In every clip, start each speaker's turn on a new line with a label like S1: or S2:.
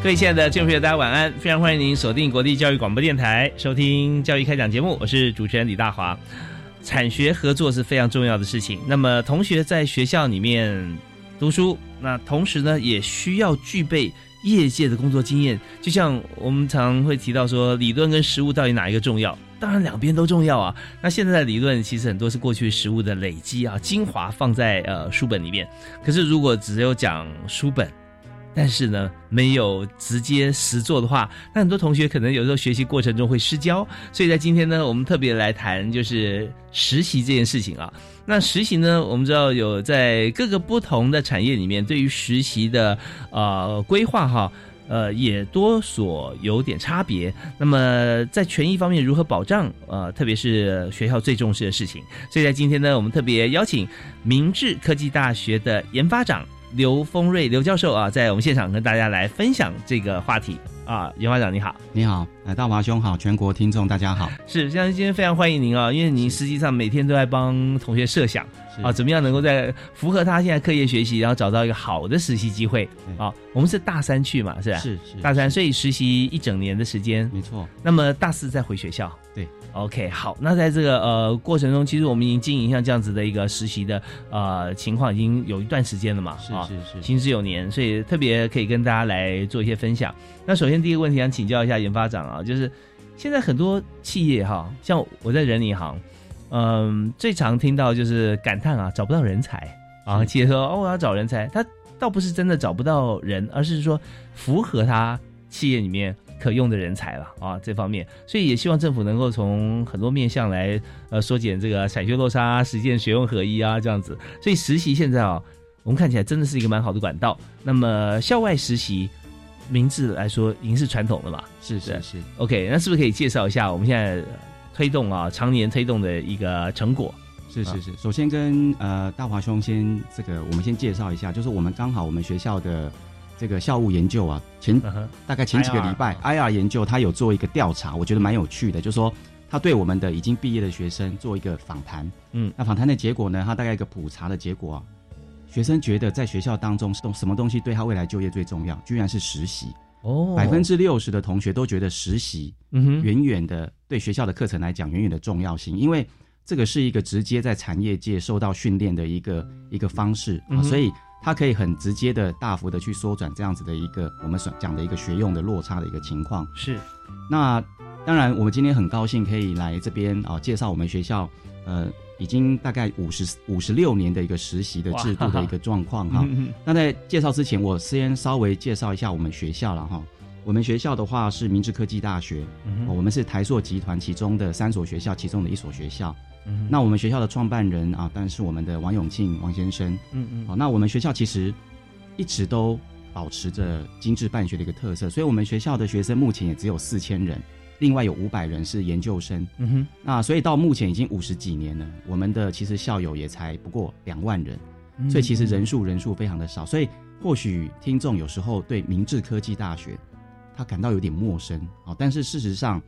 S1: 各位亲爱的听众朋友，大家晚安！非常欢迎您锁定国立教育广播电台收听《教育开讲》节目，我是主持人李大华。产学合作是非常重要的事情。那么，同学在学校里面读书，那同时呢，也需要具备业界的工作经验。就像我们常会提到说，理论跟实务到底哪一个重要？当然，两边都重要啊。那现在的理论其实很多是过去实务的累积啊，精华放在呃书本里面。可是，如果只有讲书本，但是呢，没有直接实做的话，那很多同学可能有时候学习过程中会失焦。所以在今天呢，我们特别来谈就是实习这件事情啊。那实习呢，我们知道有在各个不同的产业里面，对于实习的呃规划哈。呃，也多所有点差别。那么在权益方面如何保障？呃，特别是学校最重视的事情。所以在今天呢，我们特别邀请明治科技大学的研发长刘丰瑞刘教授啊，在我们现场跟大家来分享这个话题啊。研发长你好，
S2: 你好，哎，大华兄好，全国听众大家好。
S1: 是，相信今天非常欢迎您啊，因为您实际上每天都在帮同学设想啊，怎么样能够在符合他现在课业学习，然后找到一个好的实习机会啊。我们是大三去嘛，是吧？
S2: 是是
S1: 大三，所以实习一整年的时间。
S2: 没错，
S1: 那么大四再回学校。
S2: 对
S1: ，OK，好。那在这个呃过程中，其实我们已经经营像这样子的一个实习的呃情况，已经有一段时间了嘛，
S2: 是
S1: 啊，
S2: 是是。
S1: 行之有年，所以特别可以跟大家来做一些分享。那首先第一个问题想请教一下研发长啊，就是现在很多企业哈，像我在人力行，嗯，最常听到就是感叹啊，找不到人才啊，
S2: 是
S1: 企业说哦我要找人才，他倒不是真的找不到人，而是说符合他企业里面可用的人才了啊，这方面，所以也希望政府能够从很多面向来呃缩减这个产学落差啊、实践学用合一啊这样子。所以实习现在啊，我们看起来真的是一个蛮好的管道。那么校外实习，名字来说已经是传统了嘛
S2: 是
S1: 对
S2: 是是，
S1: ？OK，那是不是可以介绍一下我们现在推动啊，常年推动的一个成果？
S2: 是
S1: 啊
S2: 是是。首先跟呃大华兄先这个，我们先介绍一下，就是我们刚好我们学校的这个校务研究啊，前
S1: 嗯哼，
S2: 大概前几个
S1: IR
S2: 礼拜，IR 研究他有做一个调查，我觉得蛮有趣的，就是说他对我们的已经毕业的学生做一个访谈。
S1: 嗯，
S2: 那访谈的结果呢，他大概一个普查的结果啊，学生觉得在学校当中，什么东西对他未来就业最重要，居然是实习。
S1: 哦，
S2: 百分之六十的同学都觉得实习
S1: 嗯哼，
S2: 远远的对学校的课程来讲，远远的重要性，因为这个是一个直接在产业界受到训练的一个一个方式、
S1: 嗯
S2: 啊，
S1: 哼
S2: 所以它可以很直接的大幅的去缩短这样子的一个我们所讲的一个学用的落差的一个情况。
S1: 是
S2: 那当然，我们今天很高兴可以来这边啊，介绍我们学校呃已经大概五十五十六年的一个实习的制度的一个状况哈。
S1: 嗯
S2: 那在介绍之前，我先稍微介绍一下我们学校了哈。我们学校的话是明治科技大学，
S1: 嗯
S2: 哦
S1: 哼
S2: 我们是台塑集团其中的三所学校其中的一所学校。
S1: 嗯哼
S2: 那我们学校的创办人啊，当然是我们的王永庆王先生。
S1: 嗯
S2: 好、
S1: 嗯，
S2: 那我们学校其实一直都保持着精致办学的一个特色，所以我们学校的学生目前也只有四千人，另外有五百人是研究生。
S1: 嗯哼，
S2: 那所以到目前已经五十几年了，我们的其实校友也才不过两万人。
S1: 嗯
S2: 所以其实人数人数非常的少，所以或许听众有时候对明治科技大学他感到有点陌生啊、哦但是事实上，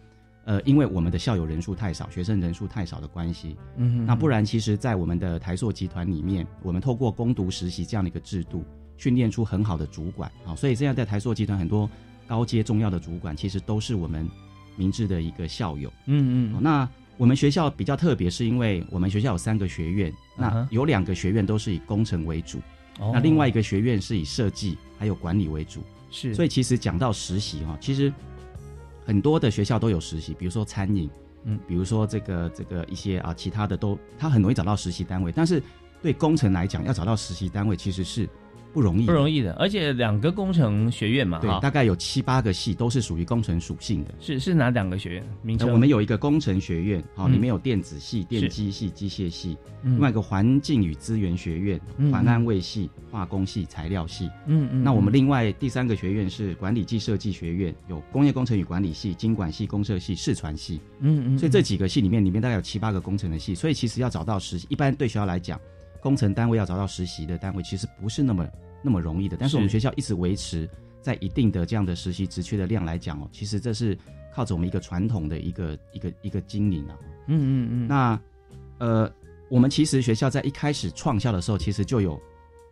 S2: 呃，因为我们的校友人数太少，学生人数太少的关系，
S1: 嗯哼
S2: 那不然其实，在我们的台塑集团里面，我们透过攻读实习这样的一个制度，训练出很好的主管啊、哦所以现在在台塑集团很多高阶重要的主管，其实都是我们明治的一个校友。
S1: 嗯
S2: 哦
S1: 嗯，
S2: 那我们学校比较特别，是因为我们学校有三个学院，
S1: 嗯哼
S2: 那有两个学院都是以工程为主，
S1: 哦
S2: 那另外一个学院是以设计还有管理为主。
S1: 是，
S2: 所
S1: 以
S2: 以其实讲到实习哈，其实很多的学校都有实习，比如说餐饮，
S1: 嗯
S2: 嗯，比如说这个这个一些啊其他的都，它很容易找到实习单位。但是对工程来讲，要找到实习单位其实是不容易，
S1: 不容
S2: 易。
S1: 易的，而且两个工程学院嘛，
S2: 对，
S1: 哈
S2: 大，概有七八个系都是属于工程属性的。
S1: 是是哪两个学院名
S2: 那
S1: 称？
S2: 我们有一个工程学院，好、
S1: 嗯
S2: 里面有电子系、电机系、机械系；另外一
S1: 个，
S2: 个环境与资源学院、
S1: 嗯
S2: 环安卫系、化工系、材料系。
S1: 嗯嗯，
S2: 那我们
S1: 另
S2: 另外第三个学院是管理暨设计学院，有工业工程与管理系、经管系、公社系、视传系，
S1: 嗯嗯，
S2: 所以这几个系里面，里面大概有七八个工程的系，所以其实要找到实习，一般对学校来讲，工程单位要找到实习的单位，其实不是那么那么容易的。但是我们
S1: 是
S2: 学校一直维持在一定的这样的实习职缺的量来讲哦，其实这是靠着我们一个传统的一个一个一个经营啊。
S1: 嗯嗯嗯，
S2: 那呃，我们其实学校在一开始创校的时候，其实就有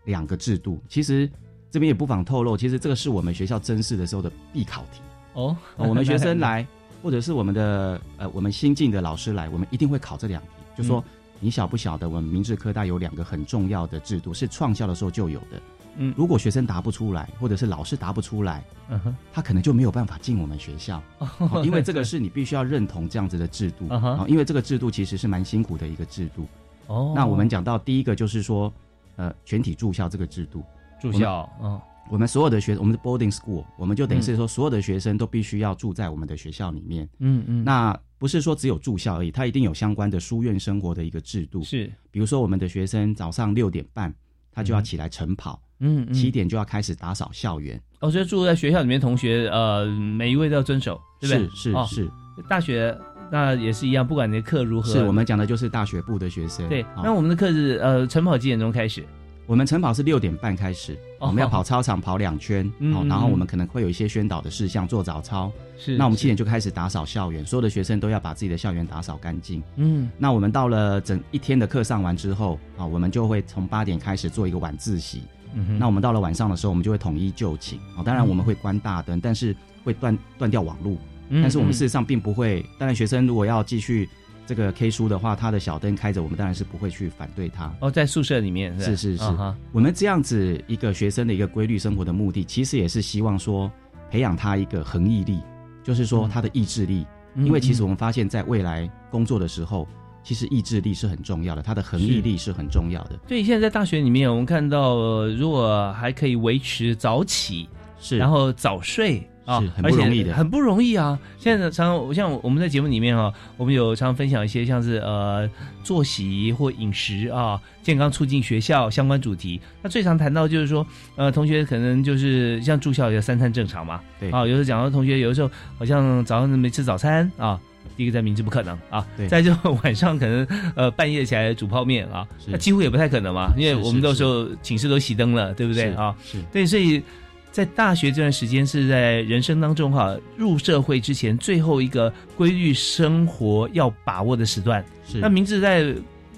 S2: 两个制度。其实这边也不妨透露，其实这个是我们学校甄试的时候的必考题。
S1: 哦，
S2: 呃我们学生来，或者是我们的呃我们新进的老师来，我们一定会考这两题。就说、
S1: 嗯
S2: 你晓不晓得，我们明治科大有两个很重要的制度，是创校的时候就有的。
S1: 嗯
S2: 如果学生答不出来，或者是老师答不出来，
S1: 嗯哼，
S2: 他可能就没有办法进我们学 校。哦因为这个是你必须要认同这样子的制度
S1: 嗯哼
S2: 哦因为这个制度其实是蛮辛苦的一个制度。
S1: 哦，
S2: 那我们讲到第一个就是说，呃，全体住校这个制度，
S1: 住校，嗯，
S2: 我们所有的学，我们的 boarding school，我们就等于是说，所有的学生都必须要住在我们的学校里面。
S1: 嗯嗯，
S2: 那不是说只有住校而已，它一定有相关的书院生活的一个制度。
S1: 是，
S2: 比如说，我们的学生早上六点半，他就要
S1: 嗯
S2: 起来晨跑，
S1: 嗯嗯，
S2: 七、点就要开始打扫校园。
S1: 哦，所以住在学校里面，同学呃，每一位都要遵守，对不对？
S2: 是
S1: 哦
S2: 是是、
S1: 大学那也是一样，不管你的课如何，
S2: 是，我们讲的就是大学部的学生。
S1: 对。
S2: 好
S1: 那我们的课是呃，晨跑几点钟开始？
S2: 我们晨跑是六点半开始，
S1: 哦
S2: 我们要跑操场跑两圈，
S1: 嗯
S2: 好
S1: 嗯
S2: 然后我
S1: 嗯
S2: 们可能会有一些宣导的事项，做早操。
S1: 是，
S2: 那我们
S1: 是
S2: 七点，就开始打扫校园，所有的学生都要把自己的校园打扫干净。
S1: 嗯，
S2: 那我们到了整一天的课上完之后啊，我们就会从八点开始做一个晚自习。
S1: 嗯哼
S2: 那我们到了晚上的时候，我们就会统一就寝啊。当然我们会关大灯，但是会断断掉网络。
S1: 嗯
S2: 但是我们
S1: 嗯
S2: 事实上并不会。当然，学生如果要继续这个 K 书的话，他的小灯开着，我们当然是不会去反对他。
S1: 哦，在宿舍里面不
S2: 是是是
S1: 啊哈
S2: 我们这样子一个学生的一个规律生活的目的，其实也是希望说培养他一个恒毅力，就是说他的意志力。
S1: 嗯
S2: 因为其实
S1: 嗯
S2: 我们发现，在未来工作的时候，其实意志力是很重要的，他的恒毅力是很重要的。
S1: 对，现在在大学里面，我们看到，呃如果还可以维持早起，
S2: 是，
S1: 然后早睡啊，
S2: 是很
S1: 而且
S2: 不容易的
S1: 很不容易啊。现在常常像我们在节目里面啊，我们有常常分享一些像是呃作息或饮食啊、健康促进学校相关主题。那最常谈到就是说，呃，同学可能就是像住校有三餐正常嘛，
S2: 对
S1: 啊，有时候讲到同学，有的时候好像早上没吃早餐啊。第一个在明知不可能啊，
S2: 对
S1: 再就晚上可能呃半夜起来煮泡面啊，
S2: 是
S1: 那几乎也不太可能嘛，因为
S2: 是是
S1: 我们到
S2: 是
S1: 时候寝室都熄灯了，对不对
S2: 是
S1: 啊？
S2: 是
S1: 对，所以在大学这段时间是在人生当中哈、入社会之前最后一个规律生活要把握的时段。
S2: 是
S1: 那明治在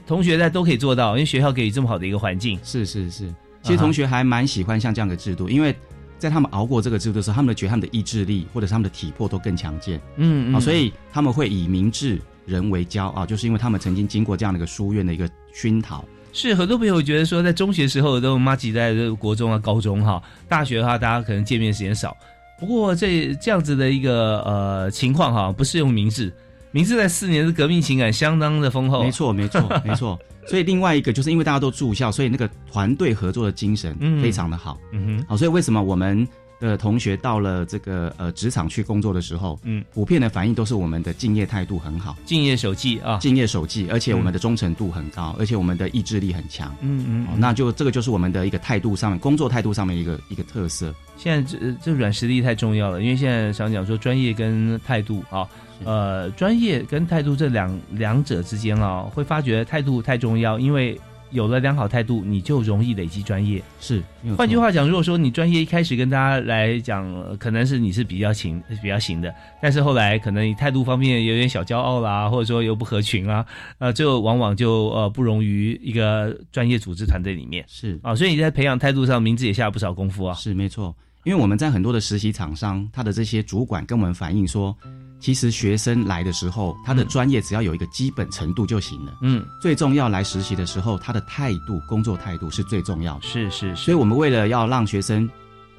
S1: 同学在都可以做到，因为学校给予这么好的一个环境。
S2: 是是
S1: 啊
S2: 是。其实同学还蛮喜欢像这样的制度，因为在他们熬过这个制度的时候，他们的觉得他们的意志力或者是他们的体魄都更强健。
S1: 嗯
S2: 啊、所以他们会以明治人为骄傲，就是因为他们曾经经过这样的一个书院的一个熏陶。
S1: 是很多朋友觉得说，在中学时候都妈几在国中啊、高中哈、大学的话大家可能见面时间少。不过这这样子的一个呃情况哈、不适用明治。明治在四年的革命情感相当的丰厚，
S2: 没，错，没错，没错。所以另外一个就是因为大家都住校，所以那个团队合作的精神
S1: 嗯
S2: 非常的好。
S1: 嗯哼，
S2: 好、所以为什么我们的同学到了这个呃职场去工作的时候，
S1: 嗯
S2: 嗯，普遍的反应都是我们的敬业态度很好，
S1: 敬业守纪啊，
S2: 敬业守纪，而且我们的忠诚度很高，而且我们的意志力很强。
S1: 嗯嗯
S2: 哦，那就这个就是我们的一个态度上面，工作态度上面一个一个特色。
S1: 现在这这软实力太重要了，因为现在想讲说专业跟态度啊，
S2: 是
S1: 呃，专业跟态度这两两者之间啊，会发觉态度太重要，因为有了良好态度，你就容易累积专业。
S2: 是，没有
S1: 换句
S2: 错，
S1: 话讲，如果说你专业一开始跟大家来讲，呃可能是你是比较行比较行的，但是后来可能你态度方面有点小骄傲啦，或者说又不合群啊，呃，最后往往就呃不容于一个专业组织团队里面
S2: 是
S1: 啊，所以你在培养态度上，名字也下了不少功夫啊。
S2: 是没错，因为我们在很多的实习厂商，他的这些主管跟我们反映说，其实学生来的时候，他的
S1: 嗯
S2: 专业只要有一个基本程度就行了。
S1: 嗯，
S2: 最重要来实习的时候，他的态度、工作态度是最重要的。
S1: 是是是，
S2: 所以我们为了要让学生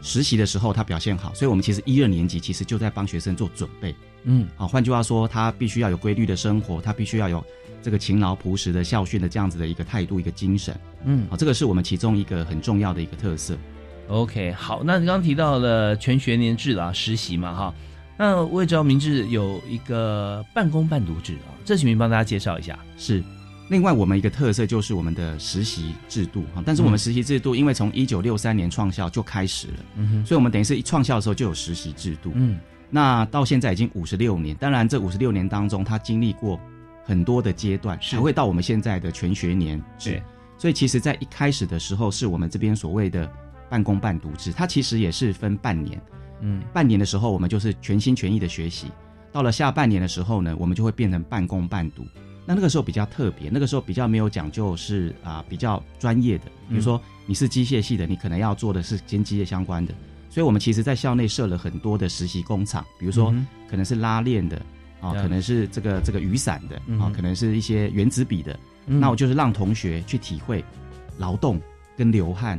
S2: 实习的时候他表现好，所以我们其实一二年级其实就在帮学生做准备。
S1: 嗯
S2: 好，啊换句话说，他必须要有规律的生活，他必须要有这个勤劳朴实的校训的这样子的一个态度、一个精神。啊
S1: 嗯
S2: 好，这个是我们其中一个很重要的一个特色。
S1: ，OK，好，那你刚刚提到了全学年制啦，实习嘛哈，那我也知道明治有一个半工半读制啊，这请您帮大家介绍一下。
S2: 是。另外，我们一个特色就是我们的实习制度哈，但是我
S1: 嗯
S2: 们实习制度因为从一九六三年创校就开始了，
S1: 嗯哼，
S2: 所以我们等于是一创校的时候就有实习制度。
S1: 嗯
S2: 那到现在已经五十六年，当然这五十六年当中，他经历过很多的阶段，
S1: 是
S2: 才会到我们现在的全学年制
S1: 对。
S2: 所以其实，在一开始的时候，是我们这边所谓的半工半读制，它其实也是分半年。
S1: 嗯
S2: 半年的时候，我们就是全心全意的学习；到了下半年的时候呢，我们就会变成半工半读。那那个时候比较特别，那个时候比较没有讲究是啊、比较专业的，比如说你是机械系的，你可能要做的是跟机械相关的。所以我们其实在校内设了很多的实习工厂，比如说
S1: 嗯
S2: 可能是拉链的。啊、
S1: 嗯
S2: 可能是这个这个雨伞的，啊、
S1: 嗯哼
S2: 可能是一些原子笔的，
S1: 嗯
S2: 那我就是让同学去体会劳动跟流汗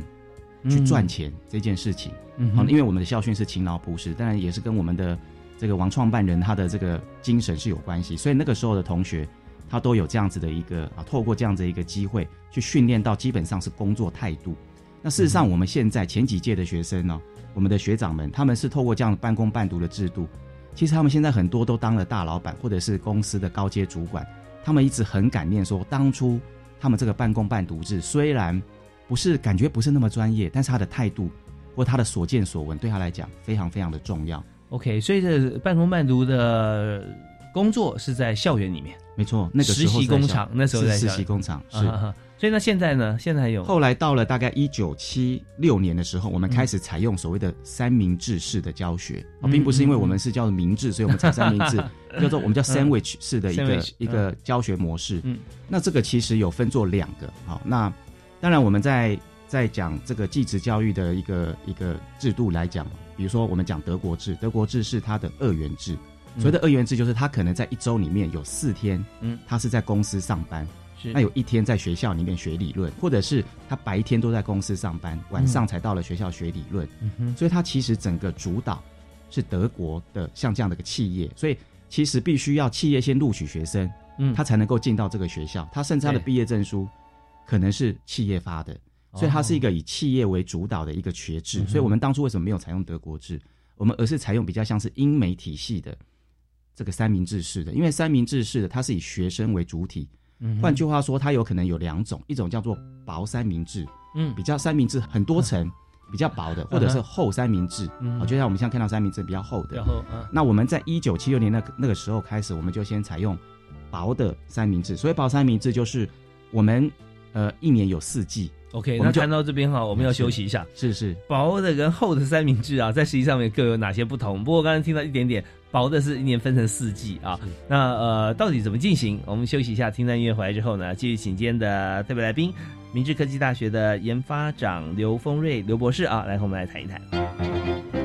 S2: 去赚，钱这件事情。
S1: 嗯
S2: 好、因为我们的校训是勤劳朴实，当然也是跟我们的这个王创办人他的这个精神是有关系，所以那个时候的同学他都有这样子的一个啊，透过这样子的一个机会去训练到基本上是工作态度。那事实上，我们现在前几届的学生呢、我们的学长们，他们是透过这样半工半读的制度，其实他们现在很多都当了大老板或者是公司的高阶主管，他们一直很感念说，当初他们这个半工半读制虽然不是感觉不是那么专业，但是他的态度或他的所见所闻对他来讲非常非常的重要。
S1: OK，所以这半工半读的工作是在校园里面，
S2: 没错，那个时
S1: 实
S2: 候
S1: 习
S2: 是在
S1: 工
S2: 校
S1: 厂那时候
S2: 是
S1: 在
S2: 实
S1: 校
S2: 习工厂是。
S1: 啊哈哈所以那现在呢？现在还有嗯
S2: 后来到了大概一九七六年的时候，我们开始采用所谓的三明治式的教学，
S1: 嗯
S2: 哦并不是因为我们是叫明治，所以我们才三明治，叫做我 们叫 sandwich 式的一个、
S1: sandwich，
S2: 一个教学模式。
S1: 嗯
S2: 那这个其实有分作两个，好，那当然我们在在讲这个继职教育的一个一个制度来讲，比如说我们讲德国制，德国制是它的二元制，所谓的二元制就是它可能在一周里面有四天，
S1: 嗯
S2: 嗯，它是在公司上班，
S1: 是
S2: 那有一天在学校里面学理论，或者是他白天都在公司上班，晚上才到了学校学理论，
S1: 嗯哼
S2: 所以他其实整个主导是德国的像这样的一个企业，所以其实必须要企业先录取学生，
S1: 嗯
S2: 他才能够进到这个学校，他甚至他的
S1: 对哦
S2: 毕业证书可能是企业发的，所以它是一个以企业为主导的一个学制。
S1: 嗯哼
S2: 所以我们当初为什么没有采用德国制，我们而是采用比较像是英美体系的这个三明治式的，因为三明治式的它是以学生为主体。
S1: 嗯哼
S2: 换句话说，它有可能有两种，一种叫做薄三明治，
S1: 嗯
S2: 比较三明治很多层，比较薄的，或者是厚三明治。
S1: 嗯
S2: 哦，就像我们现在看到三明治比较厚的
S1: 然。后啊
S2: 那我们在一九七六年那个那个时候开始，我们就先采用薄的三明治。所以薄三明治就是我们呃一年有四季，
S1: OK，
S2: 我
S1: 那
S2: 们就
S1: 谈到这边哈，我们要休息一下。
S2: 是是
S1: 薄的跟厚的三明治啊，在实际上面各有哪些不同？不过刚才听到一点点，薄的是一年分成四季啊。那呃，到底怎么进行？我们休息一下，听段音乐回来之后呢，继续请今天的特别来宾，明治科技大学的研发长刘峰瑞刘博士啊，来和我们来谈一谈。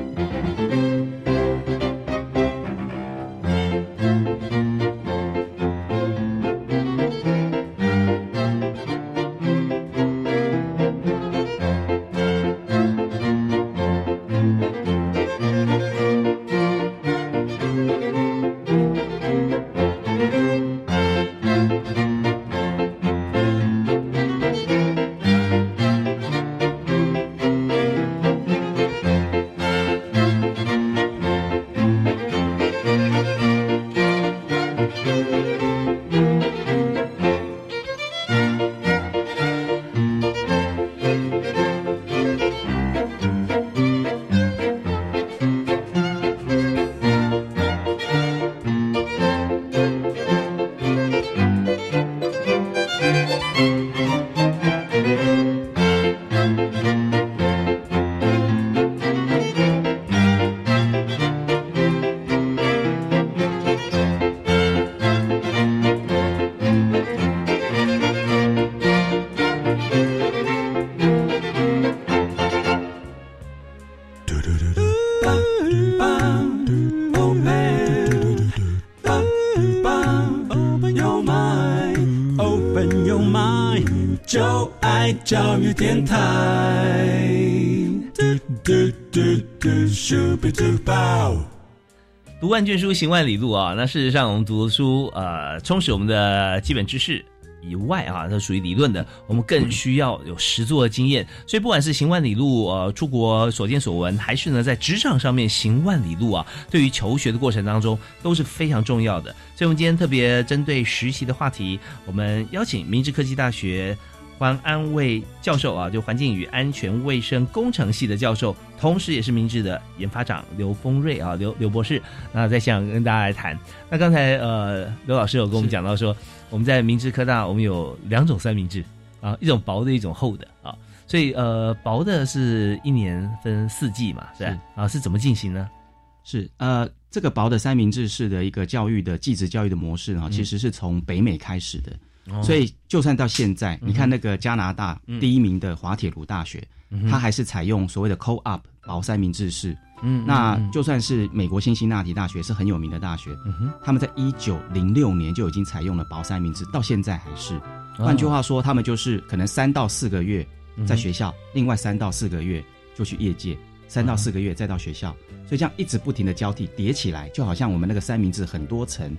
S3: 教育电台。嘟嘟嘟嘟，Super Duper。
S1: 读万卷书，行万里路啊！那事实上，我们读书，呃，充实我们的基本知识以外啊，那属于理论的，我们更需要有实作的经验。所以，不管是行万里路，呃，出国所见所闻，还是呢在职场上面行万里路啊，对于求学的过程当中都是非常重要的。所以，我们今天特别针对实习的话题，我们邀请明治科技大学环安卫教授啊，就环境与安全卫生工程系的教授，同时也是明治的研发长刘峰瑞啊，刘刘博士。那在现场跟大家来谈。那刚才呃，刘老师有跟我们讲到说，我们在明治科大，我们有两种三明治啊，一种薄的，一种厚的啊。所以呃，薄的是一年分四季嘛，是吧？啊，是怎么进行呢？
S2: 是呃，这个薄的三明治式的一个教育的继职教育的模式
S1: 嗯
S2: 啊，其实是从北美开始的。所以就算到现在，你看那个加拿大
S1: 哦嗯
S2: 第一名的滑铁卢大学，
S1: 嗯哼
S2: 它还是采用所谓的 co-op 薄三明治式。
S1: 嗯
S2: 那就算是美国辛辛那提大学是很有名的大学，
S1: 嗯哼，
S2: 他们在一九零六年就已经采用了薄三明治，到现在还是。
S1: 哦
S2: 换句话说，他们就是可能三到四个月
S1: 嗯哼
S2: 在学校，另外三到四个月就去业界，三到四个月再到学校，所以这样一直不停的交替叠起来，就好像我们那个三明治很多
S1: 嗯
S2: 层，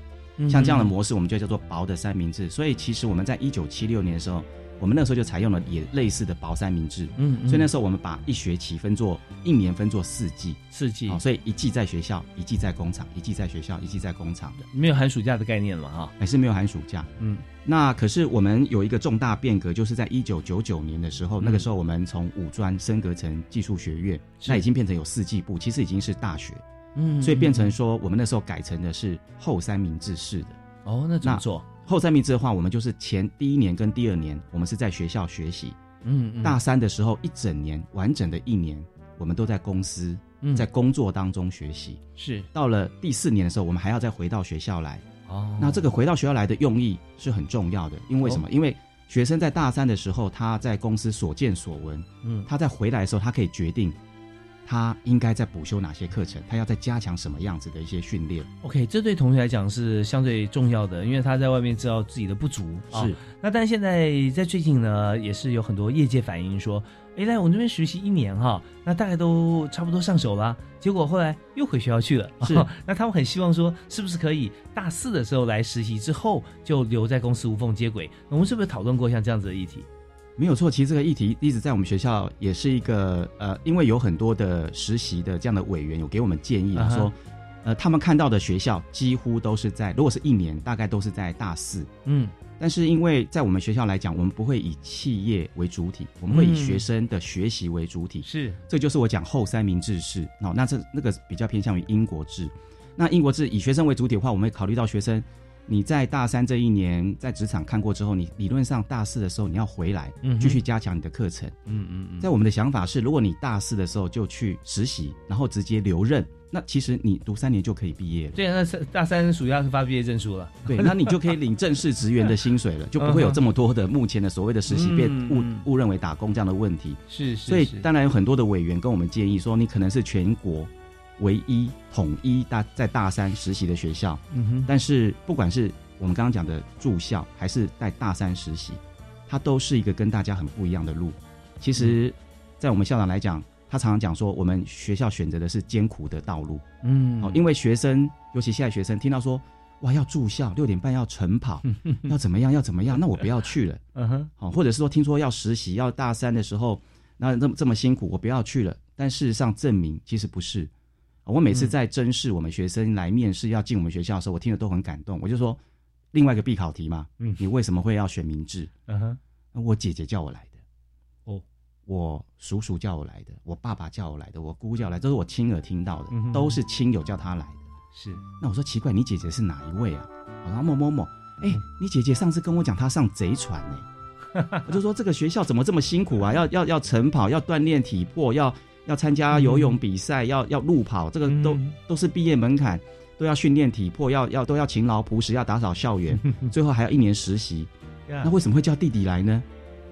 S2: 像这样的模式，我们就叫做薄的三明治。所以其实我们在一九七六年的时候，我们那时候就采用了也类似的薄三明治。
S1: 嗯，嗯
S2: 所以那时候我们把一学期分作一年分作四季，
S1: 四季
S2: 好、所以一季在学校，一季在工厂，一季在学校，一季在工厂，
S1: 没有寒暑假的概念了哈。
S2: 还是没有寒暑假。
S1: 嗯
S2: 那可是我们有一个重大变革，就是在一九九九年的时候，
S1: 嗯
S2: 那个时候我们从五专升格成技术学院，
S1: 是
S2: 那已经变成有四季部，其实已经是大学，
S1: 嗯
S2: 所以变成说我们那时候改成的是后三明治式的。
S1: 哦，那怎么做？
S2: 后三明治的话，我们就是前第一年跟第二年，我们是在学校学习；
S1: 嗯嗯
S2: 大三的时候，一整年完整的一年，我们都在公司
S1: 嗯
S2: 在工作当中学习。
S1: 是
S2: 到了第四年的时候，我们还要再回到学校来。
S1: 哦，
S2: 那这个回到学校来的用意是很重要的，因为什么？因为学生在大三的时候，他在公司所见所闻，
S1: 嗯
S2: 他在回来的时候，他可以决定他应该在补修哪些课程，他要再加强什么样子的一些训练。
S1: OK，这对同学来讲是相对重要的，因为他在外面知道自己的不足啊。
S2: 是
S1: 那但现在在最近呢，也是有很多业界反映说，哎，来我们这边实习一年哈、那大概都差不多上手啦。结果后来又回学校去了，啊
S2: 是
S1: 那他们很希望说，是不是可以大四的时候来实习，之后就留在公司无缝接轨？我们是不是讨论过像这样子的议题？
S2: 没有错，其实这个议题一直在我们学校也是一个呃，因为有很多的实习的这样的委员有给我们建议啊，
S1: 嗯哼
S2: 说，呃，他们看到的学校几乎都是在，如果是一年，大概都是在大四。
S1: 嗯，
S2: 但是因为在我们学校来讲，我们不会以企业为主体，我们会以学生的学习为主体，
S1: 是，
S2: 这就是我讲后三明治式。哦，那这那个比较偏向于英国制。那英国制以学生为主体的话，我们会考虑到学生，你在大三这一年在职场看过之后，你理论上大四的时候你要回来
S1: 嗯哼
S2: 继续加强你的课程。
S1: 嗯嗯嗯，
S2: 在我们的想法是，如果你大四的时候就去实习，然后直接留任，那其实你读三年就可以毕业了。
S1: 对啊，那是大三暑假是发毕业证书了。
S2: 对，那你就可以领正式职员的薪水了，就不会有这么多的目前的所谓的实习被
S1: 嗯
S2: 误
S1: 嗯
S2: 误认为打工这样的问题。
S1: 是是，
S2: 所以
S1: 是
S2: 当然有很多的委员跟我们建议说，你可能是全国唯一统一大在大三实习的学校，
S1: 嗯哼，
S2: 但是不管是我们刚刚讲的住校，还是在大三实习，它都是一个跟大家很不一样的路。其实，
S1: 嗯
S2: 在我们校长来讲，他常常讲说，我们学校选择的是艰苦的道路。
S1: 嗯
S2: 哦，因为学生，尤其现在学生听到说，哇，要住校，六点半要晨 跑，要怎么样，要怎么样，那我不要去了。
S1: 嗯哼，
S2: 好、啊或者是说听说要实习，要大三的时候，那这么这么辛苦，我不要去了。但事实上证明其实不是。我每
S1: 嗯
S2: 次在甄试我们学生来面试要进我们学校的时候，我听了都很感动。我就说，另外一个必考题嘛，
S1: 嗯
S2: 你为什么会要选明治？
S1: 嗯哼，
S2: 那我姐姐叫我来的，
S1: 哦，
S2: 我叔叔叫我来的，我爸爸叫我来的，我姑叫我来的，都是我亲耳听到的，
S1: 嗯哼
S2: 都是亲友叫他来的。
S1: 是，
S2: 那我说奇怪，你姐姐是哪一位啊？我说某某某，哎、
S1: 嗯
S2: 你姐姐上次跟我讲她上贼船呢、 我就说这个学校怎么这么辛苦啊？要要要晨跑，要锻炼体魄，要要参加游泳比赛，要要路跑，这个都、
S1: 嗯
S2: 都是毕业门槛，都要训练体魄，要要都要勤劳朴实，要打扫校园， 最后还要一年实习。
S1: 那
S2: 那为什么会叫弟弟来呢？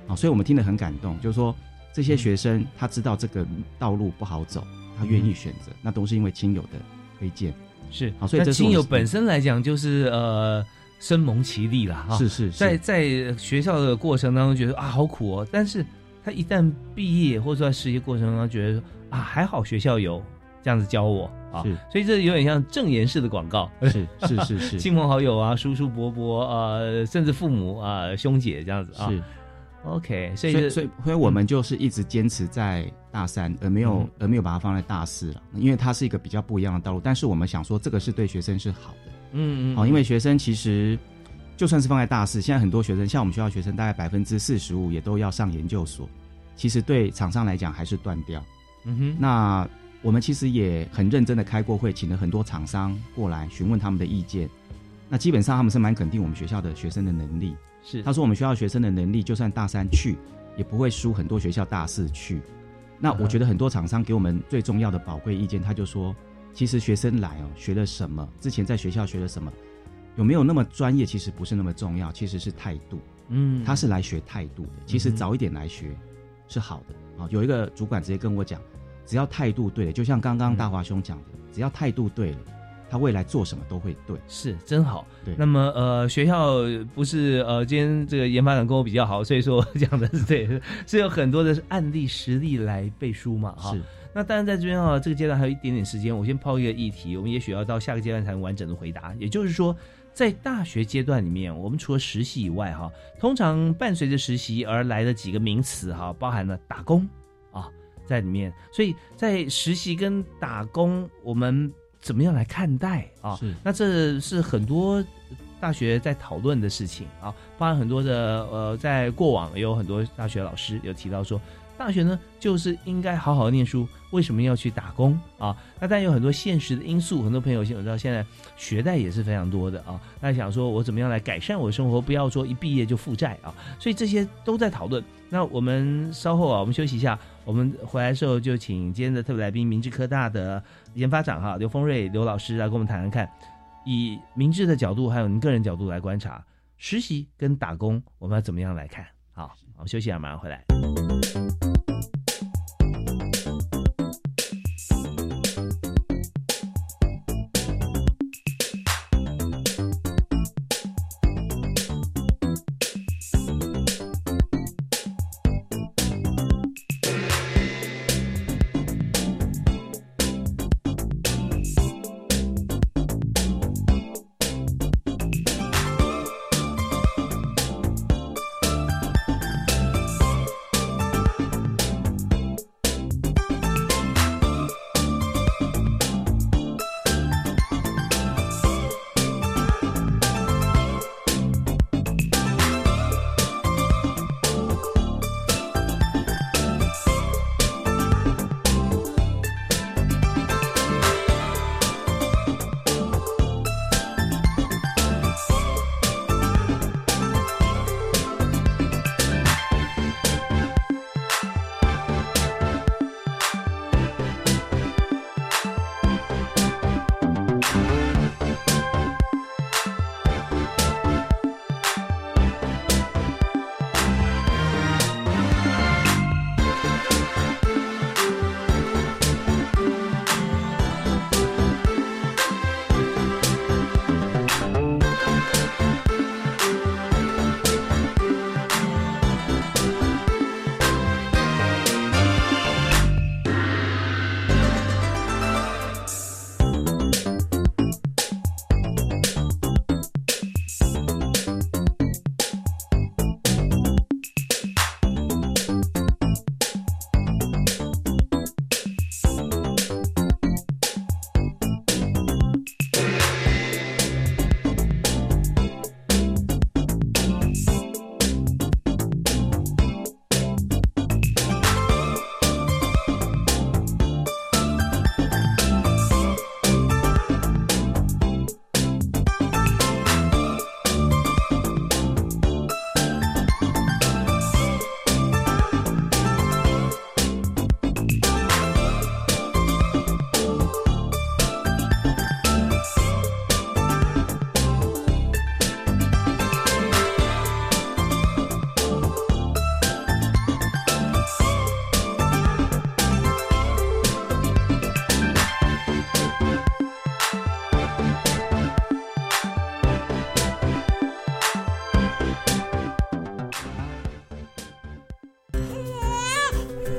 S2: 啊、所以我们听得很感动，就是说这些学
S1: 嗯
S2: 生他知道这个道路不好走，他愿意选
S1: 嗯
S2: 择，那都是因为亲友的推荐。
S1: 是，
S2: 啊好所以
S1: 那
S2: 这是
S1: 亲
S2: 我
S1: 友
S2: 们
S1: 本身来讲，就是呃，身蒙其力啦，哈、
S2: 是是是，
S1: 在在学校的过程当中觉得啊好苦哦，但是他一旦毕业或者在实习过程当中觉得啊还好学校有这样子教我啊
S2: 是，
S1: 所以这有点像正言式的广告，
S2: 是是是是
S1: 亲朋好友啊、叔叔伯伯啊、呃甚至父母啊、兄姐这样子啊。
S2: 是，
S1: OK，所
S2: 所
S1: 以
S2: 以
S1: 这
S2: 所以所以我们就是一直坚持在大三，而没有、
S1: 嗯
S2: 而没有把它放在大四了，因为它是一个比较不一样的道路。但是我们想说，这个是对学生是好的。
S1: 嗯嗯，
S2: 好，因为学生其实就算是放在大四，现在很多学生，像我们学校学生，大概百分之四十五也都要上研究所，其实对厂商来讲还是断掉。
S1: 嗯哼，
S2: 那我们其实也很认真的开过会，请了很多厂商过来询问他们的意见。那基本上他们是蛮肯定我们学校的学生的能力，
S1: 嗯是
S2: 他说我们学校学生的能力，就算大三去，也不会输很多学校大四去。那我觉得很多厂商给我们最重要的宝贵意见，他就说，其实学生来哦，学了什么，之前在学校学了什么，有没有那么专业，其实不是那么重要，其实是态度。
S1: 嗯
S2: 他是来学态度的，其实
S1: 嗯哼
S2: 早一点来学是好的。啊，有一个主管直接跟我讲，只要态度对了，就像刚刚
S1: 嗯
S2: 大华兄讲的，只要态度对了，他未来做什么都会对。
S1: 是真好。
S2: 对
S1: 那么呃，学校不是呃，今天这个研发长跟我比较好，所以说我讲的是对， 是有很多的案例实例来背书嘛哈。
S2: 是。
S1: 那当然在这边啊，这个阶段还有一点点时间，我先抛一个议题，我们也许要到下个阶段才能完整的回答。也就是说，在大学阶段里面，我们除了实习以外哈，通常伴随着实习而来的几个名词哈，包含了打工啊在里面。所以在实习跟打工，我们怎么样来看待啊？
S2: 是
S1: 那这是很多大学在讨论的事情啊，包含很多的呃，在过往也有很多大学老师有提到说，大学呢就是应该好好念书，为什么要去打工啊？那但有很多现实的因素，很多朋友现我知道现在学贷也是非常多的啊，那想说我怎么样来改善我的生活，不要说一毕业就负债啊，所以这些都在讨论。那我们稍后啊，我们休息一下，我们回来的时候就请今天的特别来宾，明治科大的研发长哈刘峰瑞刘老师来跟我们谈谈看，以明智的角度还有您个人角度来观察实习跟打工，我们要怎么样来看？好，我们休息一下，马上回来。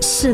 S4: 社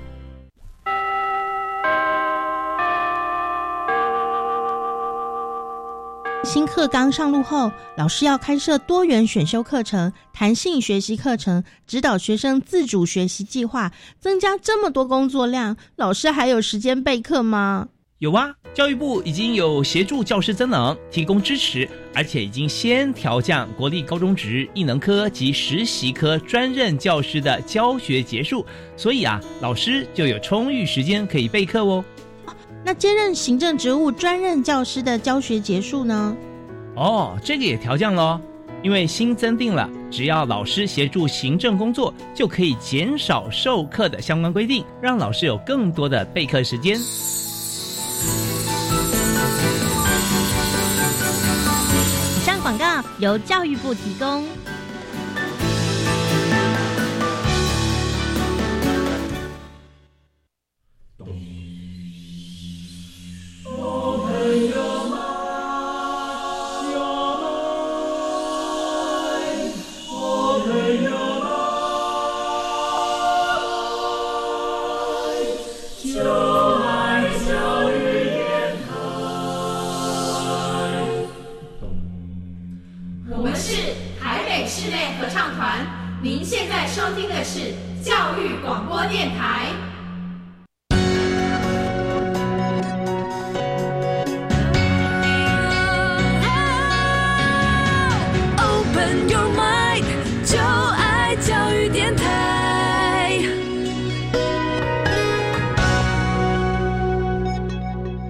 S5: 新课纲上路后，老师要开设多元选修课程、弹性学习课程，指导学生自主学习计划，增加这么多工作量，老师还有时间备课吗？
S1: 有啊，教育部已经有协助教师增能提供支持，而且已经先调降国立高中职艺能科及实习科专任教师的教学结束，所以啊，老师就有充裕时间可以备课哦。
S5: 那兼任行政职务专任教师的教学结束呢？
S1: 哦，这个也调降喽，因为新增定了，只要老师协助行政工作，就可以减少授课的相关规定，让老师有更多的备课时间。
S5: 以上广告由教育部提供。
S6: 我们是台北室内合唱团，您现在收听的是教育广播电台。
S7: Open your mind，就爱教育电台。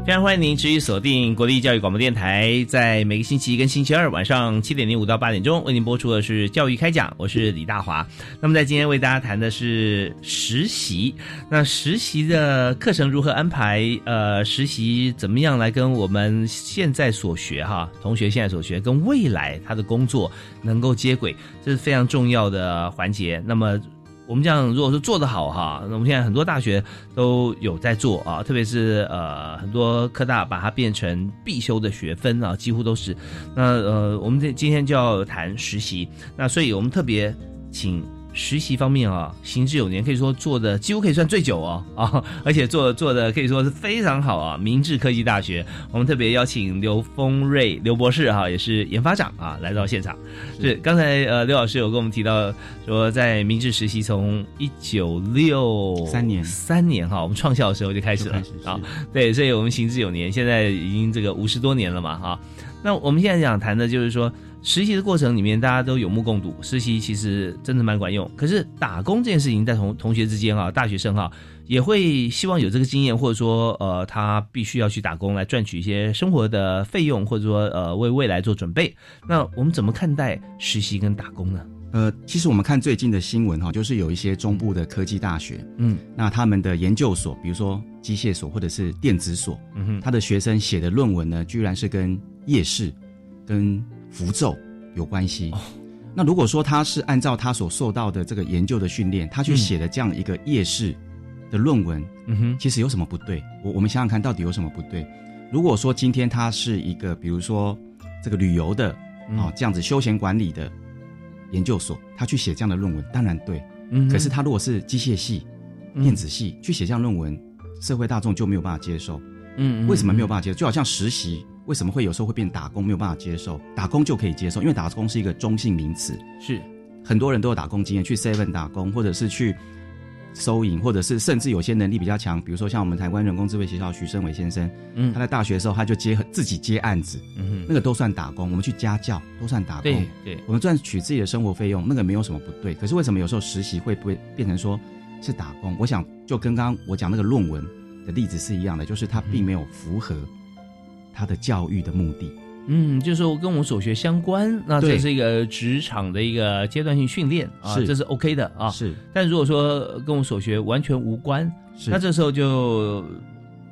S1: 非常欢迎您持续锁定国立教育广播电台，在每个星期一跟星期二晚上七点零五到八点钟为您播出的是教育开讲，我是李大华。那么在今天为大家谈的是实习，那实习的课程如何安排？呃，实习怎么样来跟我们现在所学哈，同学现在所学跟未来他的工作能够接轨，这是非常重要的环节。那么。我们这样，如果说做得好哈，那我们现在很多大学都有在做啊，特别是呃很多科大把它变成必修的学分啊，几乎都是。那呃，我们这今天就要谈实习，那所以我们特别请实习方面啊，行之有年，可以说做的几乎可以算最久哦啊，而且做做的可以说是非常好啊。明治科技大学，我们特别邀请刘丰瑞刘博士哈、也是研发长啊，来到现场。是刚才呃刘老师有跟我们提到说，在明治实习从一九六
S2: 三年
S1: 三年哈，我们创校的时候就开始
S2: 就
S1: 了
S2: 开始是
S1: 啊。对，所以我们行之有年，现在已经这个五十多年了嘛，哈。那我们现在想谈的就是说，实习的过程里面，大家都有目共睹，实习其实真的蛮管用。可是打工这件事情，在同同学之间啊，大学生哈、也会希望有这个经验，或者说呃，他必须要去打工来赚取一些生活的费用，或者说呃，为未来做准备。那我们怎么看待实习跟打工呢？
S2: 呃，其实我们看最近的新闻哈、就是有一些中部的科技大学，
S1: 嗯
S2: 那他们的研究所，比如说机械所或者是电子所，
S1: 嗯哼，
S2: 他的学生写的论文呢，居然是跟夜市、跟符咒有关系。那如果说他是按照他所受到的这个研究的训练，他去
S1: 嗯
S2: 写的这样一个夜市的论文，
S1: 嗯哼，
S2: 其实有什么不对？我我们想想看，到底有什么不对？如果说今天他是一个，比如说这个旅游的
S1: 嗯
S2: 哦，这样子休闲管理的研究所，他去写这样的论文，当然对。
S1: 嗯哼嗯
S2: 可是他如果是机械系、电子系去写这样论文，社会大众就没有办法接受。
S1: 嗯
S2: 为什么没有办法接受？就好像实习，为什么会有时候会变打工没有办法接受？打工就可以接受，因为打工是一个中性名词，
S1: 法？是，
S2: 很多人都有打工经验，去 Seven 打工，或者是去收银，或者是甚至有些能力比较强，比如说像我们台湾人工智慧学校徐胜伟先生，
S1: 嗯
S2: 他在大学的时候他就接自己接案子，
S1: 嗯哼，
S2: 那个都算打工，我们去家教都算打工
S1: 对。对，
S2: 我们赚取自己的生活费用，那个没有什么不对。可是为什么有时候实习会不会变成说是打工？我想就跟刚刚我讲那个论文的例子是一样的，就是它并没有符合他的教育的目的。
S1: 嗯，就是说跟我们所学相关，那这
S2: 对
S1: 是一个职场的一个阶段性训练啊，
S2: 是
S1: 这是 OK 的啊。
S2: 是
S1: 但如果说跟我所学完全无关，
S2: 是，
S1: 那这时候就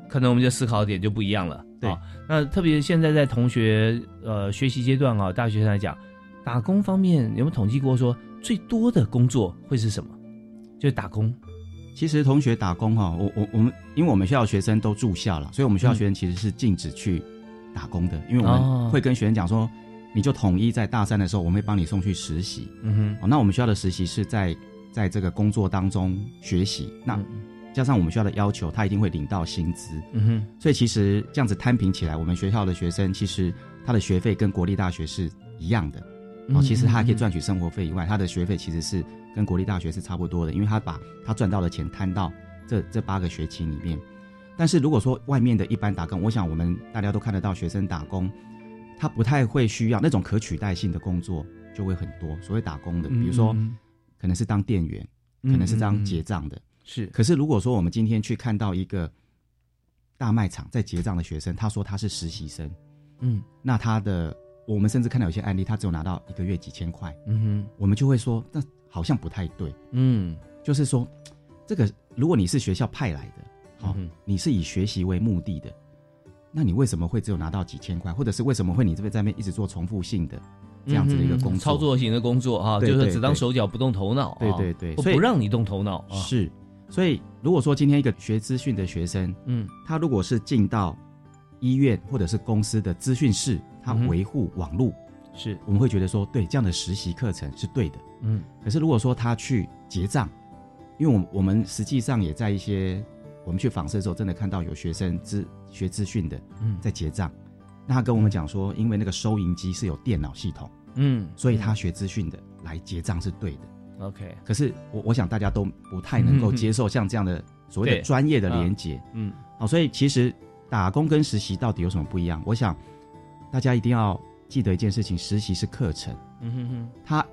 S1: 可能我们就思考的点就不一样了。
S2: 对
S1: 啊那特别现在在同学呃学习阶段啊，大学生来讲，打工方面有没有统计过说最多的工作会是什么？就是打工。
S2: 其实同学打工哈、我我我们，因为我们学校学生都住校了，所以我们学校学生其实是禁止去打工的，因为我
S1: 哦
S2: 们会跟学生讲说，你就统一在大三的时候，我们会帮你送去实习。
S1: 嗯
S2: 哦，那我们学校的实习是在在这个工作当中学习，那加上我们学校的要求，他一定会领到薪资。
S1: 嗯哼，
S2: 所以其实这样子摊平起来，我们学校的学生其实他的学费跟国立大学是一样的。哦，
S1: 嗯
S2: 其实他还可以
S1: 嗯嗯
S2: 赚取生活费以外，他的学费其实是跟国立大学是差不多的，因为他把他赚到的钱摊到这这八个学期里面。但是如果说外面的一般打工，我想我们大家都看得到，学生打工，他不太会需要那种可取代性的工作就会很多。所谓打工的，比如说
S1: 嗯嗯
S2: 可能是当店员，
S1: 嗯
S2: 可能是
S1: 嗯嗯
S2: 当结账的。
S1: 是
S2: 可是如果说我们今天去看到一个大卖场在结账的学生，他说他是实习生，
S1: 嗯
S2: 那他的我们甚至看到有些案例，他只有拿到一个月几千块，
S1: 嗯哼，
S2: 我们就会说那好像不太对，
S1: 嗯，
S2: 就是说这个如果你是学校派来的，好、
S1: 嗯哼
S2: 你是以学习为目的的，那你为什么会只有拿到几千块，或者是为什么会你这边在那边一直做重复性的这样子的一个
S1: 嗯
S2: 工作？
S1: 操作型的工作啊，
S2: 对
S1: 就是
S2: 对
S1: 只当
S2: 对
S1: 手脚不动头脑啊，
S2: 对对对
S1: 或
S2: 所以
S1: 不让你动头脑啊，
S2: 是，所以如果说今天一个学资讯的学生，
S1: 嗯，
S2: 他如果是进到医院或者是公司的资讯室，他
S1: 嗯哼
S2: 维护网络，
S1: 是，
S2: 我们会觉得说，对这样的实习课程是对的。
S1: 嗯
S2: 可是如果说他去结账，因为我们我们实际上也在一些我们去访视的时候，真的看到有学生资学资讯的
S1: 嗯
S2: 在结账，那他跟我们讲说，因为那个收银机是有电脑系统，
S1: 嗯，
S2: 所以他学资讯的来结账是对的。
S1: 嗯 OK，
S2: 可是我我想大家都不太能够接受像这样的所谓
S1: 对
S2: 的专业的连接。
S1: 嗯
S2: 好，所以其实打工跟实习到底有什么不一样？我想大家一定要记得一件事情：实习是课程，
S1: 嗯哼哼，
S2: 它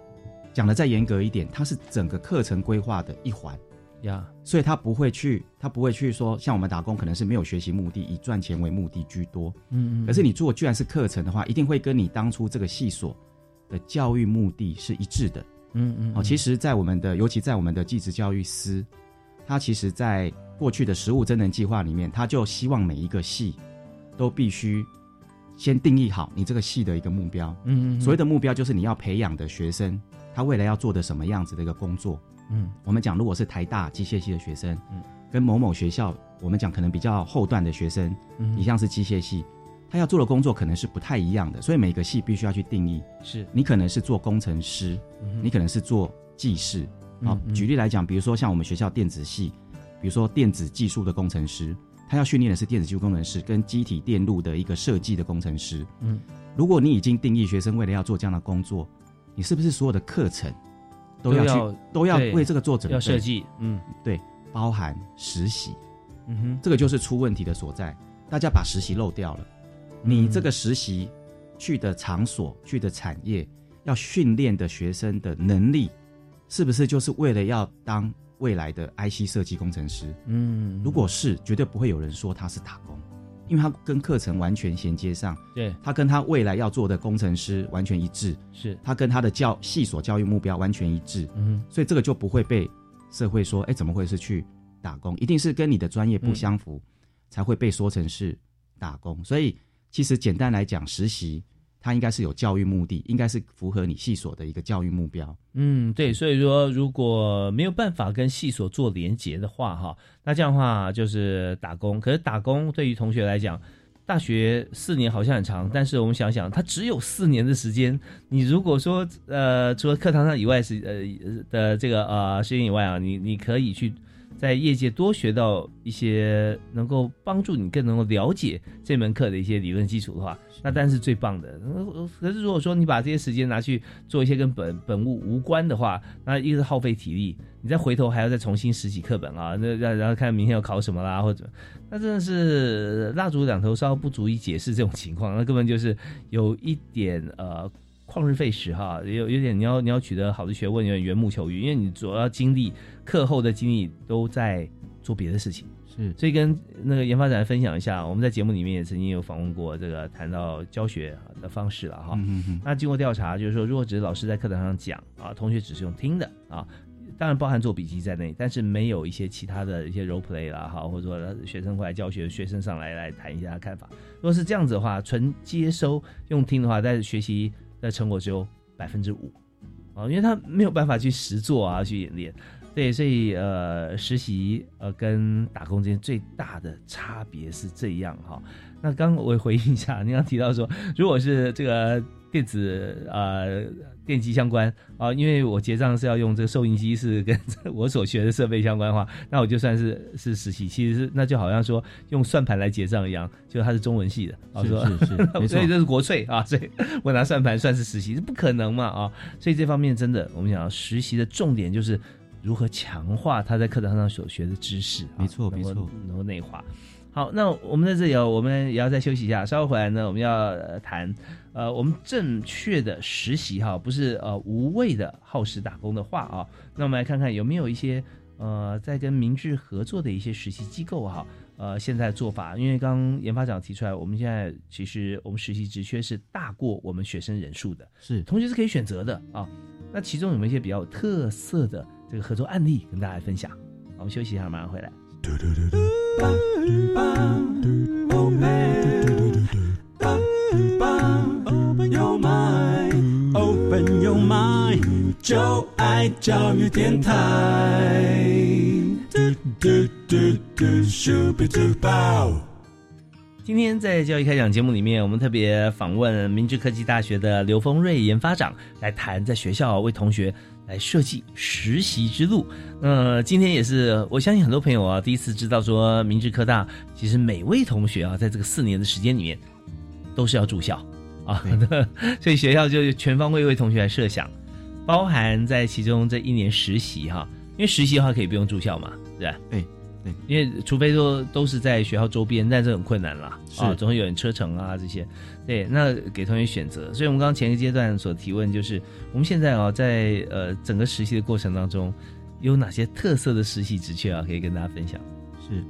S2: 讲的再严格一点，它是整个课程规划的一环，
S1: 嗯呀，
S2: 所以它不会去，它不会去说像我们打工可能是没有学习目的，以赚钱为目的居多。
S1: 嗯
S2: 可是你做居然是课程的话，一定会跟你当初这个系所的教育目的是一致的。
S1: 嗯嗯，
S2: 哦，其实，在我们的，尤其在我们的技职教育司，它其实在过去的实务真人计划里面，它就希望每一个系都必须先定义好你这个系的一个目标。
S1: 嗯嗯，
S2: 所谓
S1: 的
S2: 的目标，就是你要培养的学生，他未来要做的什么样子的一个工作。
S1: 嗯
S2: 我们讲，如果是台大机械系的学生，
S1: 嗯
S2: 跟某某学校，我们讲可能比较后段的学生，
S1: 嗯
S2: 你像是机械系，他要做的工作可能是不太一样的，所以每个系必须要去定义。
S1: 是，
S2: 你可能是做工程师，你可能是做技师。
S1: 嗯
S2: 好、
S1: 嗯
S2: 举例来讲，比如说像我们学校电子系，比如说电子技术的工程师，他要训练的是电子技术工程师跟机体电路的一个设计的工程师。
S1: 嗯，
S2: 如果你已经定义学生为了要做这样的工作，你是不是所有的课程都要去
S1: 都要
S2: 都要
S1: 对
S2: 为这个做准备？
S1: 要设计，嗯
S2: 对，包含实习，
S1: 嗯哼，
S2: 这个就是出问题的所在。大家把实习漏掉了，你这个实习去的场所、去的产业，要训练的学生的能力，是不是就是为了要当未来的 IC 设计工程师？
S1: 嗯，
S2: 如果是，绝对不会有人说他是打工，因为他跟课程完全衔接上，
S1: 对
S2: 他跟他未来要做的工程师完全一致，
S1: 是，
S2: 他跟他的教系所教育目标完全一致，
S1: 嗯
S2: 所以这个就不会被社会说，哎，怎么会是去打工？一定是跟你的专业不相符，才会被说成是打工。所以其实简单来讲，实习它应该是有教育目的，应该是符合你系所的一个教育目标。
S1: 嗯，对，所以说如果没有办法跟系所做连结的话，哈，那这样的话就是打工。可是打工对于同学来讲，大学四年好像很长，但是我们想想，他只有四年的时间。你如果说呃，除了课堂上以外是呃的这个呃事情以外啊，你你可以去在业界多学到一些能够帮助你更能够了解这门课的一些理论基础的话，那当然是最棒的。呃可是如果说你把这些时间拿去做一些跟本本物无关的话，那一个是耗费体力，你再回头还要再重新拾起课本啊，那然然后看明天要考什么啦，或者怎么那真的是蜡烛两头烧，不足以解释这种情况，那根本就是有一点呃。旷日费时哈，有有点你要你要取得好的学问，有点缘木求鱼，因为你主要精力课后的精力都在做别的事情。
S2: 是
S1: 所以跟那个研发展分享一下，我们在节目里面也曾经有访问过这个谈到教学的方式了哈。
S2: 嗯嗯嗯，
S1: 那经过调查，就是说，如果只是老师在课堂上讲啊，同学只是用听的啊，当然包含做笔记在内，但是没有一些其他的一些 role play 啦，哈，或者说呃学生过来教学，学生上来来谈一下他看法。如果是这样子的话，纯接收用听的话，在学习的成果只有百分之五，啊，因为他没有办法去实做啊，去演练。对，所以呃，实习呃跟打工之间最大的差别是这样哈、那刚我回应一下，您刚提到说，如果是这个电子呃电机相关啊、因为我结账是要用这个收银机，是跟我所学的设备相关的话，那我就算是是实习，其实是那就好像说用算盘来结账一样，就他是中文系的，啊，
S2: 是
S1: 说
S2: 是是没 错
S1: 所以这是国粹啊，所以 我拿算盘算是实习，这不可能嘛啊，所以这方面真的，我们讲实习的重点就是。如何强化他在课堂上所学的知识、啊？
S2: 没错没
S1: 能够
S2: 错，
S1: 能够内化。好，那我们在这里、哦，我们也要再休息一下，稍后回来呢，我们要、呃谈，呃，我们正确的实习哈，不是呃无谓的耗时打工的话啊。那我们来看看有没有一些呃在跟明治合作的一些实习机构哈，呃现在做法，因为刚刚研发长提出来，我们现在其实我们实习职缺是大过我们学生人数的，
S2: 是
S1: 同学是可以选择的啊。那其中有没有一些比较有特色的这个合作案例跟大家分享？好我们休息一下，马上回来。
S3: Open your mind, open your mind，就爱教育电台。嘟嘟嘟嘟，Super Duper。
S1: 今天在教育开讲节目里面，我们特别访问明治科技大学的刘峰瑞研发长，来谈在学校为同学来设计实习之路。呃，今天也是我相信很多朋友啊，第一次知道说明治科大其实每位同学啊，在这个四年的时间里面，都是要住校啊， 所以学校就全方位为同学来设想，包含在其中这一年实习哈、因为实习的话可以不用住校嘛，对吧？
S2: 对对，
S1: 因为除非说都是在学校周边，但这很困难啦，
S2: 是
S1: 啊，总会有人车程啊这些，对，那给同学选择。所以我们刚刚前一个阶段所提问就是，我们现在啊，在呃整个实习的过程当中，有哪些特色的实习职缺啊，可以跟大家分享？
S2: 是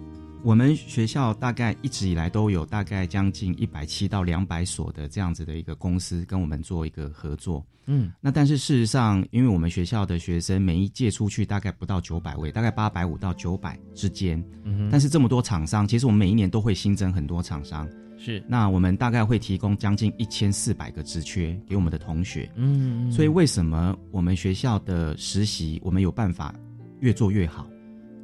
S2: 我们学校大概一直以来都有大概将近一百七到两百所的这样子的一个公司跟我们做一个合作。
S1: 嗯，
S2: 那但是事实上，因为我们学校的学生每一届出去大概不到九百位，大概八百五到九百之间。
S1: 嗯
S2: 但是这么多厂商，其实我们每一年都会新增很多厂商。
S1: 是，
S2: 那我们大概会提供将近一千四百个职缺给我们的同学。
S1: 嗯
S2: 所以为什么我们学校的实习我们有办法越做越好？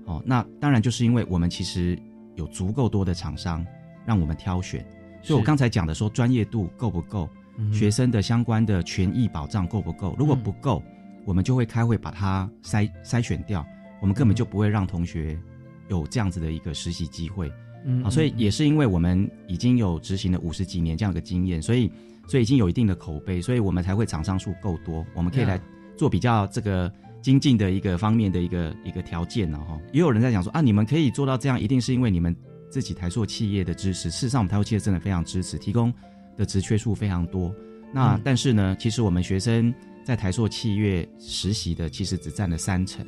S2: 哦，那当然就是因为我们其实有足够多的厂商让我们挑选。所以我
S1: 是
S2: 刚才讲的说专业度够不够，
S1: 嗯
S2: 学生的相关的权益保障够不够？如果不够，我们就会开会把它筛筛选掉，我们根
S1: 嗯
S2: 本就不会让同学有这样子的一个实习机会。
S1: 嗯
S2: 啊，所以
S1: 嗯
S2: 也是因为我们已经有执行了五十几年这样的经验，所以所以已经有一定的口碑，所以我们才会厂商数够多，我们可以
S1: Yeah
S2: 来做比较这个精进的一个方面的一个一个条件了哈。也有人在讲说啊，你们可以做到这样，一定是因为你们自己台塑企业的支持。事实上，我们台塑企业真的非常支持，提供的职缺数非常多。那、
S1: 嗯
S2: 但是呢，其实我们学生在台塑企业实习的，其实只占了三成。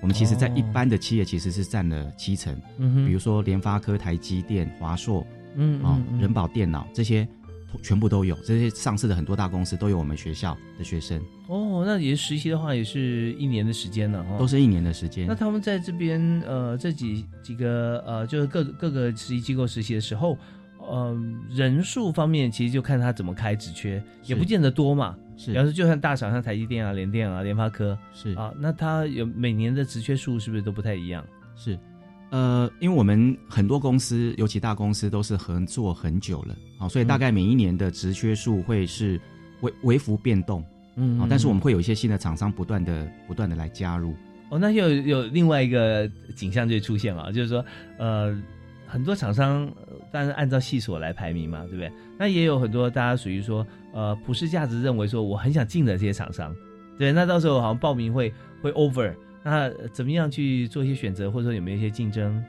S2: 我们其实，在一
S1: 哦
S2: 般的企业其实是占了七成，
S1: 嗯哼
S2: 比如说联发科、台积电、华硕
S1: 嗯
S2: 啊、
S1: 嗯嗯
S2: 人保电脑这些，全部都有。这些上市的很多大公司都有我们学校的学生，
S1: 哦，那也实习的话也是一年的时间了哦哈、
S2: 都是一年的时间
S1: 那。他们在这边呃这几几个呃就是各各个实习机构实习的时候，呃人数方面其实就看他怎么开职缺，也
S2: 是
S1: 不见得多嘛。
S2: 是
S1: 比方说，就算大厂像台积电啊、联电啊、联发科
S2: 是
S1: 啊，那他有每年的职缺数是不是都不太一样？
S2: 是，呃，因为我们很多公司，尤其大公司都是合作很久了，好、所以
S1: 嗯
S2: 大概每一年的职缺数会是微微幅变动，
S1: 嗯
S2: 好、但是我们会有一些新的厂商不断的不断的来加入，
S1: 哦，那又有有另外一个景象就出现了，就是说，呃，很多厂商呃当然按照系所来排名嘛，对不对？那也有很多大家属于说，呃，普世价值认为说我很想进的这些厂商，对，那到时候好像报名会会 over，那呃怎么样去做一些选择，或者说有没有一些竞争？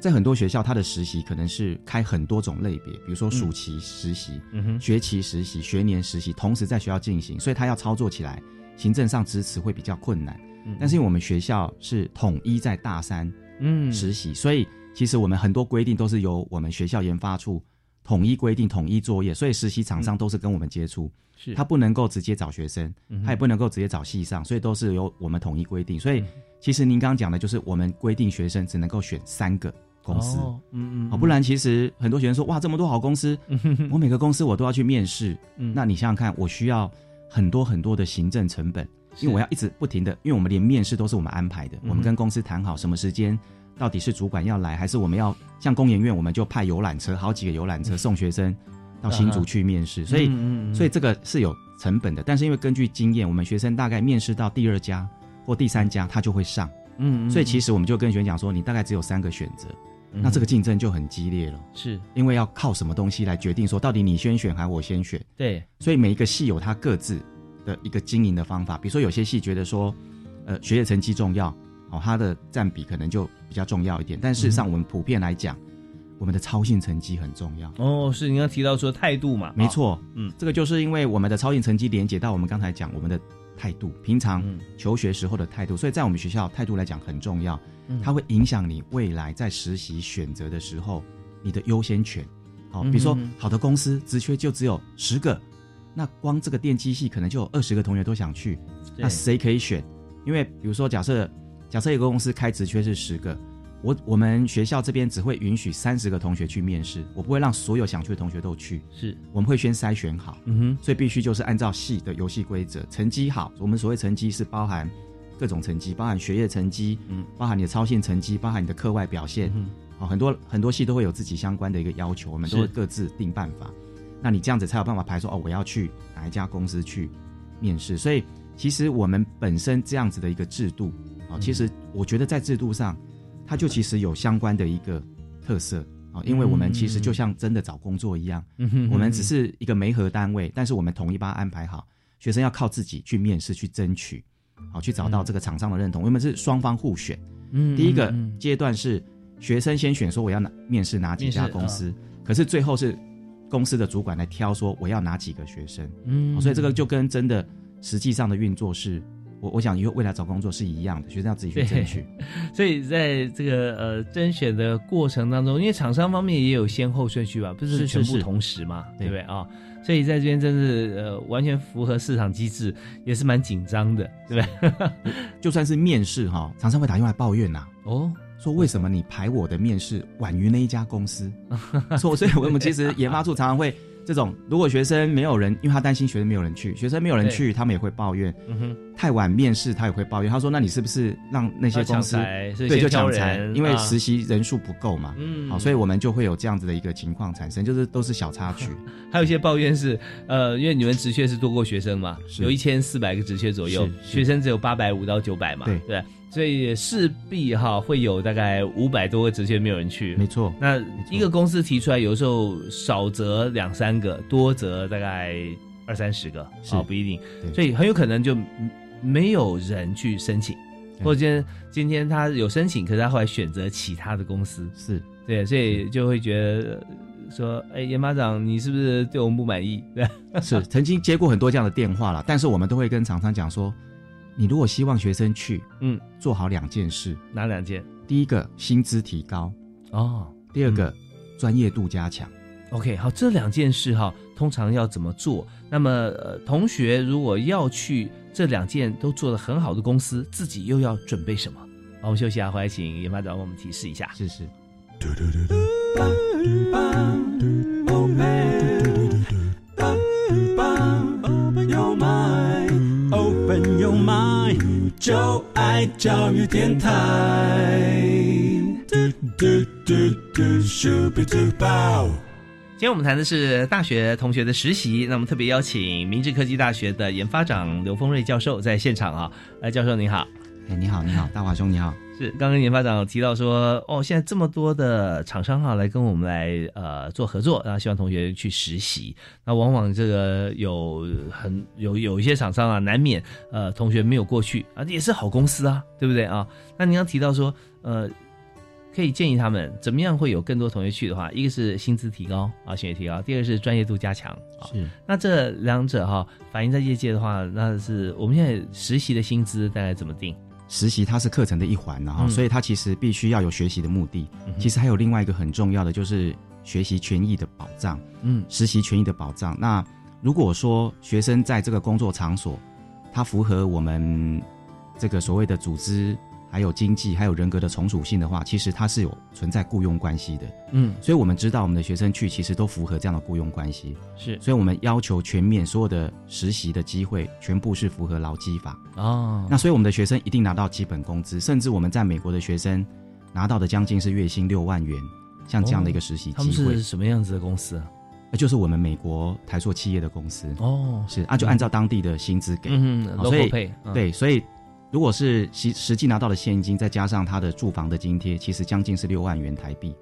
S2: 在很多学校，它的实习可能是开很多种类别，比如说暑期实习、
S1: 嗯哼，
S2: 学期实习、学年实习，同时在学校进行，所以它要操作起来，行政上支持会比较困难。
S1: 嗯
S2: 但是因为我们学校是统一在大三
S1: 嗯
S2: 实习，所以其实我们很多规定都是由我们学校研发处统一规定、统一作业，所以实习厂商都是跟我们接触，
S1: 是
S2: 他不能够直接找学生，
S1: 嗯哼
S2: 他也不能够直接找系上，所以都是由我们统一规定。所以其实您刚刚讲的就是我们规定学生只能够选三个公司，
S1: 哦嗯嗯，
S2: 好，不然其实很多学生说哇，这么多好公司，我每个公司我都要去面试。
S1: 嗯
S2: 那你想想看，我需要很多很多的行政成本，
S1: 是嗯
S2: 因为我要一直不停的，因为我们连面试都是我们安排的，
S1: 哼
S2: 我们跟公司谈好什么时间，到底是主管要来，还是我们要像工研院，我们就派游览车，好几个游览车送学生到新
S1: 啊哈
S2: 竹去面试。所以，
S1: 嗯嗯嗯
S2: 所以这个是有成本的，但是因为根据经验，我们学生大概面试到第二家或第三家，他就会上。
S1: 嗯嗯
S2: 所以其实我们就跟学生讲说，你大概只有三个选择。
S1: 嗯
S2: 那这个竞争就很激烈了，
S1: 是
S2: 因为要靠什么东西来决定说到底你先选还我先选。
S1: 对，
S2: 所以每一个系有它各自的一个经营的方法。比如说有些系觉得说，呃，学业成绩重要，哦，它的占比可能就比较重要一点。但事实上，我们普遍来讲，我们的操性成绩很重要。
S1: 哦，是您刚提到说态度嘛，
S2: 没错，
S1: 嗯
S2: 这个就是因为我们的操性成绩连接到我们刚才讲我们的态度，平常
S1: 嗯
S2: 求学时候的态度，所以在我们学校态度来讲很重要
S1: 嗯，
S2: 它会影响你未来在实习选择的时候你的优先权。好、比如说
S1: 嗯哼
S2: 好的公司职缺就只有十个，那光这个电机系可能就有二十个同学都想去，
S1: 对
S2: 那谁可以选？因为比如说假设假设有个公司开职缺是十个。我我们学校这边只会允许三十个同学去面试，我不会让所有想去的同学都去。
S1: 是，
S2: 我们会先筛选好，
S1: 嗯
S2: 所以必须就是按照系的游戏规则，成绩好。我们所谓成绩是包含各种成绩，包含学业成绩，
S1: 嗯
S2: 包含你的操性成绩，包含你的课外表现。
S1: 哼，
S2: 好、很多很多系都会有自己相关的一个要求，我们都
S1: 是
S2: 会各自定办法。那你这样子才有办法排说哦，我要去哪一家公司去面试。所以其实我们本身这样子的一个制度，哦，其
S1: 嗯
S2: 实我觉得在制度上，它就其实有相关的一个特色。哦，因为我们其实就像真的找工作一样，
S1: 嗯哼
S2: 我们只是一个媒合单位，但是我们统一帮他安排好，学生要靠自己去面试去争取，好去找到这个厂商的认同。我们是双方互选，
S1: 嗯
S2: 第一个
S1: 嗯嗯
S2: 阶段是学生先选说我要哪面试哪几家
S1: 面试啊
S2: 公司，可是最后是公司的主管来挑说我要哪几个学生，
S1: 嗯
S2: 好所以这个就跟真的实际上的运作是。我我想以后未来找工作是一样的，学生要自己去争取。
S1: 所以在这个呃甄选的过程当中，因为厂商方面也有先后顺序吧，不
S2: 是
S1: 是
S2: 是
S1: 全部
S2: 是
S1: 同时嘛，对
S2: 对
S1: 不对啊、所以在这边真是呃完全符合市场机制，也是蛮紧张的，对不对？
S2: 就算是面试哈，常常会打电话来抱怨呐、 啊
S1: 哦，
S2: 说为什么你排我的面试晚于那一家公司？ 所以所以我们其实研发处常常会这种，如果学生没有人，因为他担心学生没有人去，学生没有人去，他们也会抱怨
S1: 嗯哼，
S2: 太晚面试，他也会抱怨。他说：“那你是不是让那些公司
S1: 要抢才所以
S2: 对
S1: 先
S2: 就
S1: 挑
S2: 抢
S1: 人
S2: 才？因为
S1: 啊
S2: 实习人数不够嘛。
S1: 嗯
S2: 好，所以我们就会有这样子的一个情况产生，就是都是小插 曲。
S1: 还有一些抱怨是，呃，因为你们职缺是多过学生嘛，
S2: 是
S1: 有一千四百个职缺左右，
S2: 是是
S1: 学生只有八百五到九百嘛，
S2: 对
S1: 对，所以势必哈会有大概五百多个职缺没有人去，
S2: 没错，
S1: 那
S2: 错
S1: 一个公司提出来，有时候少则两三个，多则大概二三十个，啊、
S2: 是
S1: 不一定，
S2: 对
S1: 所以很有可能就没有人去申请，
S2: 对
S1: 或者今天今天他有申请，可是他后来选择其他的公司，
S2: 是
S1: 对，所
S2: 嗯
S1: 以就会觉得呃说，哎，研发长，你是不是对我们不满意？ 对，
S2: 是， 曾经接过很多这样的电话了，但是我们都会跟厂商讲说，你如果希望学生去，
S1: 嗯，
S2: 做好两件事，
S1: 哪两件？
S2: 第一个薪资提高。”
S1: 哦
S2: 第二个，专业度加强。
S1: ，OK，好，这两件事哈，通常要怎么做？那么，呃，同学如果要去这两件都做得很好的公司，自己又要准备什么？好，我们休息啊，回来请研发长帮我们提示一下。
S2: 是是，
S3: Oh man, open your mind, open your mind，就爱教育电台。嘟嘟嘟嘟，Super Duper。
S1: 今天我们谈的是大学同学的实习，那我们特别邀请明治科技大学的研发长刘峰瑞教授在现场啊，呃，教授您好。
S2: 哎，你好，你 好，大华兄，你好，
S1: 是，刚刚研发长有提到说，哦，现在这么多的厂商哈、来跟我们来呃做合作，然后希望同学去实习。那往往这个有很有有一些厂商啊，难免呃同学没有过去啊，也是好公司啊，对不对啊？那您刚提到说，呃，可以建议他们怎么样会有更多同学去的话，一个是薪资提高啊，薪水提高；第二个是专业度加强啊。
S2: 是
S1: 那这两者哈、反映在业界的话，那是我们现在实习的薪资大概怎么定？
S2: 实习它是课程的一环，然后、啊
S1: 嗯
S2: 所以它其实必须要有学习的目的。
S1: 嗯哼
S2: 其实还有另外一个很重要的，就是学习权益的保障，
S1: 嗯，
S2: 实习权益的保障。那如果说学生在这个工作场所，它符合我们这个所谓的组织、还有经济、还有人格的从属性的话，其实它是有存在雇佣关系的。
S1: 嗯，
S2: 所以我们知道我们的学生去其实都符合这样的雇佣关系，
S1: 是
S2: 所以我们要求全面所有的实习的机会全部是符合劳基法。
S1: 哦，
S2: 那所以我们的学生一定拿到基本工资，甚至我们在美国的学生拿到的将近是月薪六万元，像这样的一个实习
S1: 哦他们
S2: 机会，
S1: 是什么样子的公司啊？
S2: 呃就是我们美国台塑企业的公司，
S1: 哦，
S2: 是啊，就按照当地的薪资给。
S1: 嗯
S2: 哦
S1: 哼
S2: 所
S1: ，local
S2: 以
S1: pay，嗯，
S2: 对，所以如果是实实际拿到的现金，再加上他的住房的津贴，其实将近是六万元台币。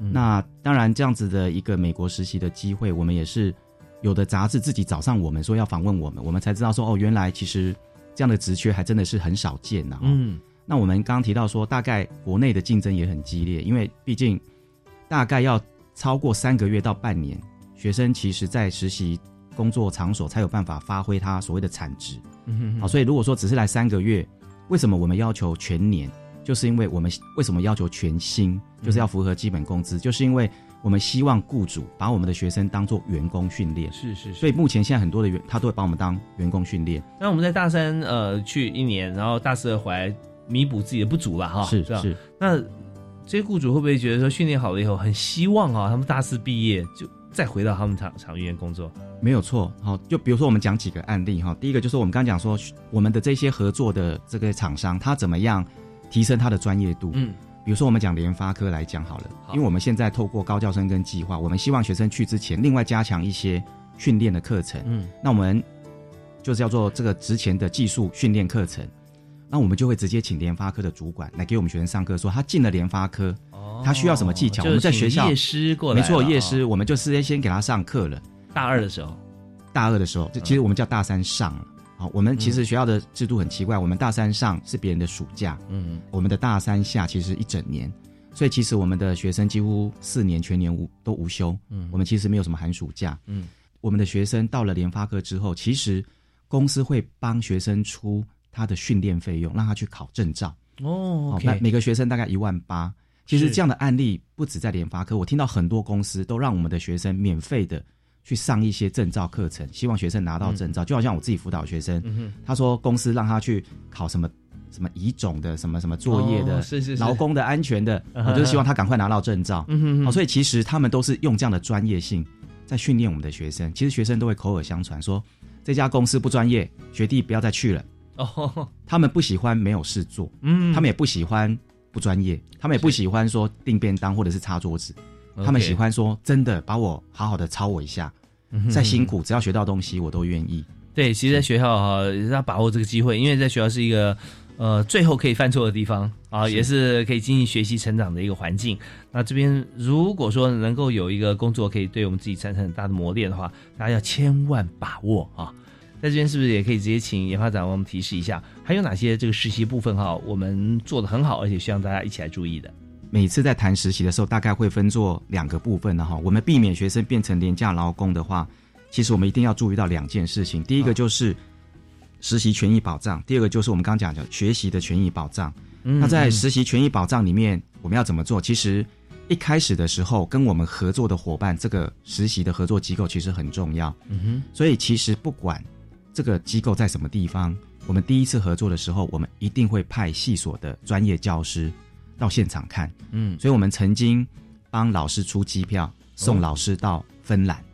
S1: 嗯
S2: 那当然，这样子的一个美国实习的机会，我们也是有的杂志自己找上我们说要访问我们，我们才知道说哦，原来其实这样的职缺还真的是很少见呐、哦。
S1: 嗯，
S2: 那我们刚刚提到说，大概国内的竞争也很激烈，因为毕竟大概要超过三个月到半年，学生其实在实习工作场所才有办法发挥他所谓的产值。
S1: 嗯哼哼
S2: 好，所以如果说只是来三个月，为什么我们要求全年？就是因为我们为什么要求全薪，就是要
S1: 嗯
S2: 符合基本工资，就是因为我们希望雇主把我们的学生当做员工训练。
S1: 是是是
S2: 所以。目前现在很多的员，他都会把我们当员工训练。
S1: 那我们在大三呃去一年，然后大四回来弥补自己的不足了哈，
S2: 是
S1: 这样。
S2: 是，
S1: 那这些雇主会不会觉得说训练好了以后，很希望啊他们大四毕业就再回到他们厂厂院工作？
S2: 没有错。好，就比如说我们讲几个案例哈。第一个就是我们刚刚讲说，我们的这些合作的这个厂商，他怎么样提升他的专业度？
S1: 嗯，
S2: 比如说，我们讲联发科来讲好了，
S1: 好
S2: 因为我们现在透过高教生跟计划，我们希望学生去之前，另外加强一些训练的课程。
S1: 嗯，
S2: 那我们就是叫做这个职前的技术训练课程。那我们就会直接请联发科的主管来给我们学生上课，说他进了联发科，
S1: 哦
S2: 他需要什么技巧
S1: 就是
S2: 我们在学校
S1: 请夜师过来了
S2: 没
S1: 啊，
S2: 错，夜师，我们就直接先给他上课了。
S1: 大二的时候，
S2: 大二的
S1: 嗯
S2: 时候，这其实我们叫大三上了。好，我们其实学校的制度很奇怪，我们大三上是别人的暑假，
S1: 嗯，
S2: 我们的大三下其实一整年，所以其实我们的学生几乎四年全年无都无休，
S1: 嗯
S2: 我们其实没有什么寒暑假，
S1: 嗯，
S2: 我们的学生到了联发科之后，其实公司会帮学生出他的训练费用，让他去考证照，
S1: 哦
S2: 好，那
S1: ，OK，
S2: 每个学生大概一万八。其实
S1: 是
S2: 这样的案例不止在联发科，我听到很多公司都让我们的学生免费的去上一些证照课程，希望学生拿到证照。就好像我自己辅导学生，
S1: 嗯哼，
S2: 他说公司让他去考什么什么乙种的，什么什么作业的，
S1: 哦是是是
S2: 劳工的安全的，
S1: 嗯
S2: 我就是希望他赶快拿到证照。
S1: 嗯哼
S2: 好、
S1: 哼，
S2: 所以其实他们都是用这样的专业性在训练我们的学生。其实学生都会口耳相传说这家公司不专业，学弟不要再去了。
S1: 哦，
S2: 他们不喜欢没有事做，
S1: 嗯，
S2: 他们也不喜欢不专业，他们也不
S1: 是
S2: 喜欢说订便当或者是擦桌子，
S1: 哦
S2: 他们喜欢说真的把我好好的操我一下，
S1: OK
S2: 再辛。苦只要学到东西我都愿意。
S1: 对，其实，在学校哈、要把握这个机会，因为在学校是一个呃最后可以犯错的地方啊，
S2: 是
S1: 也是可以经济学习成长的一个环境。那这边如果说能够有一个工作可以对我们自己产生很大的磨练的话，大家要千万把握啊！在这边是不是也可以直接请研发长帮我们提示一下，还有哪些这个实习部分哈、我们做的很好，而且需要大家一起来注意的？
S2: 每次在谈实习的时候，大概会分作两个部分的啊哈。我们避免学生变成廉价劳工的话，其实我们一定要注意到两件事情。第一个就是实习权益保障，第二个就是我们刚刚讲的学习的权益保障。
S1: 嗯
S2: 那在
S1: 嗯
S2: 实习权益保障里面，我们要怎么做？其实一开始的时候，跟我们合作的伙伴，这个实习的合作机构其实很重要。
S1: 嗯哼，
S2: 所以其实不管这个机构在什么地方，我们第一次合作的时候，我们一定会派系所的专业教师到现场看。
S1: 嗯，
S2: 所以我们曾经帮老师出机票，
S1: 哦
S2: 送老师到芬兰，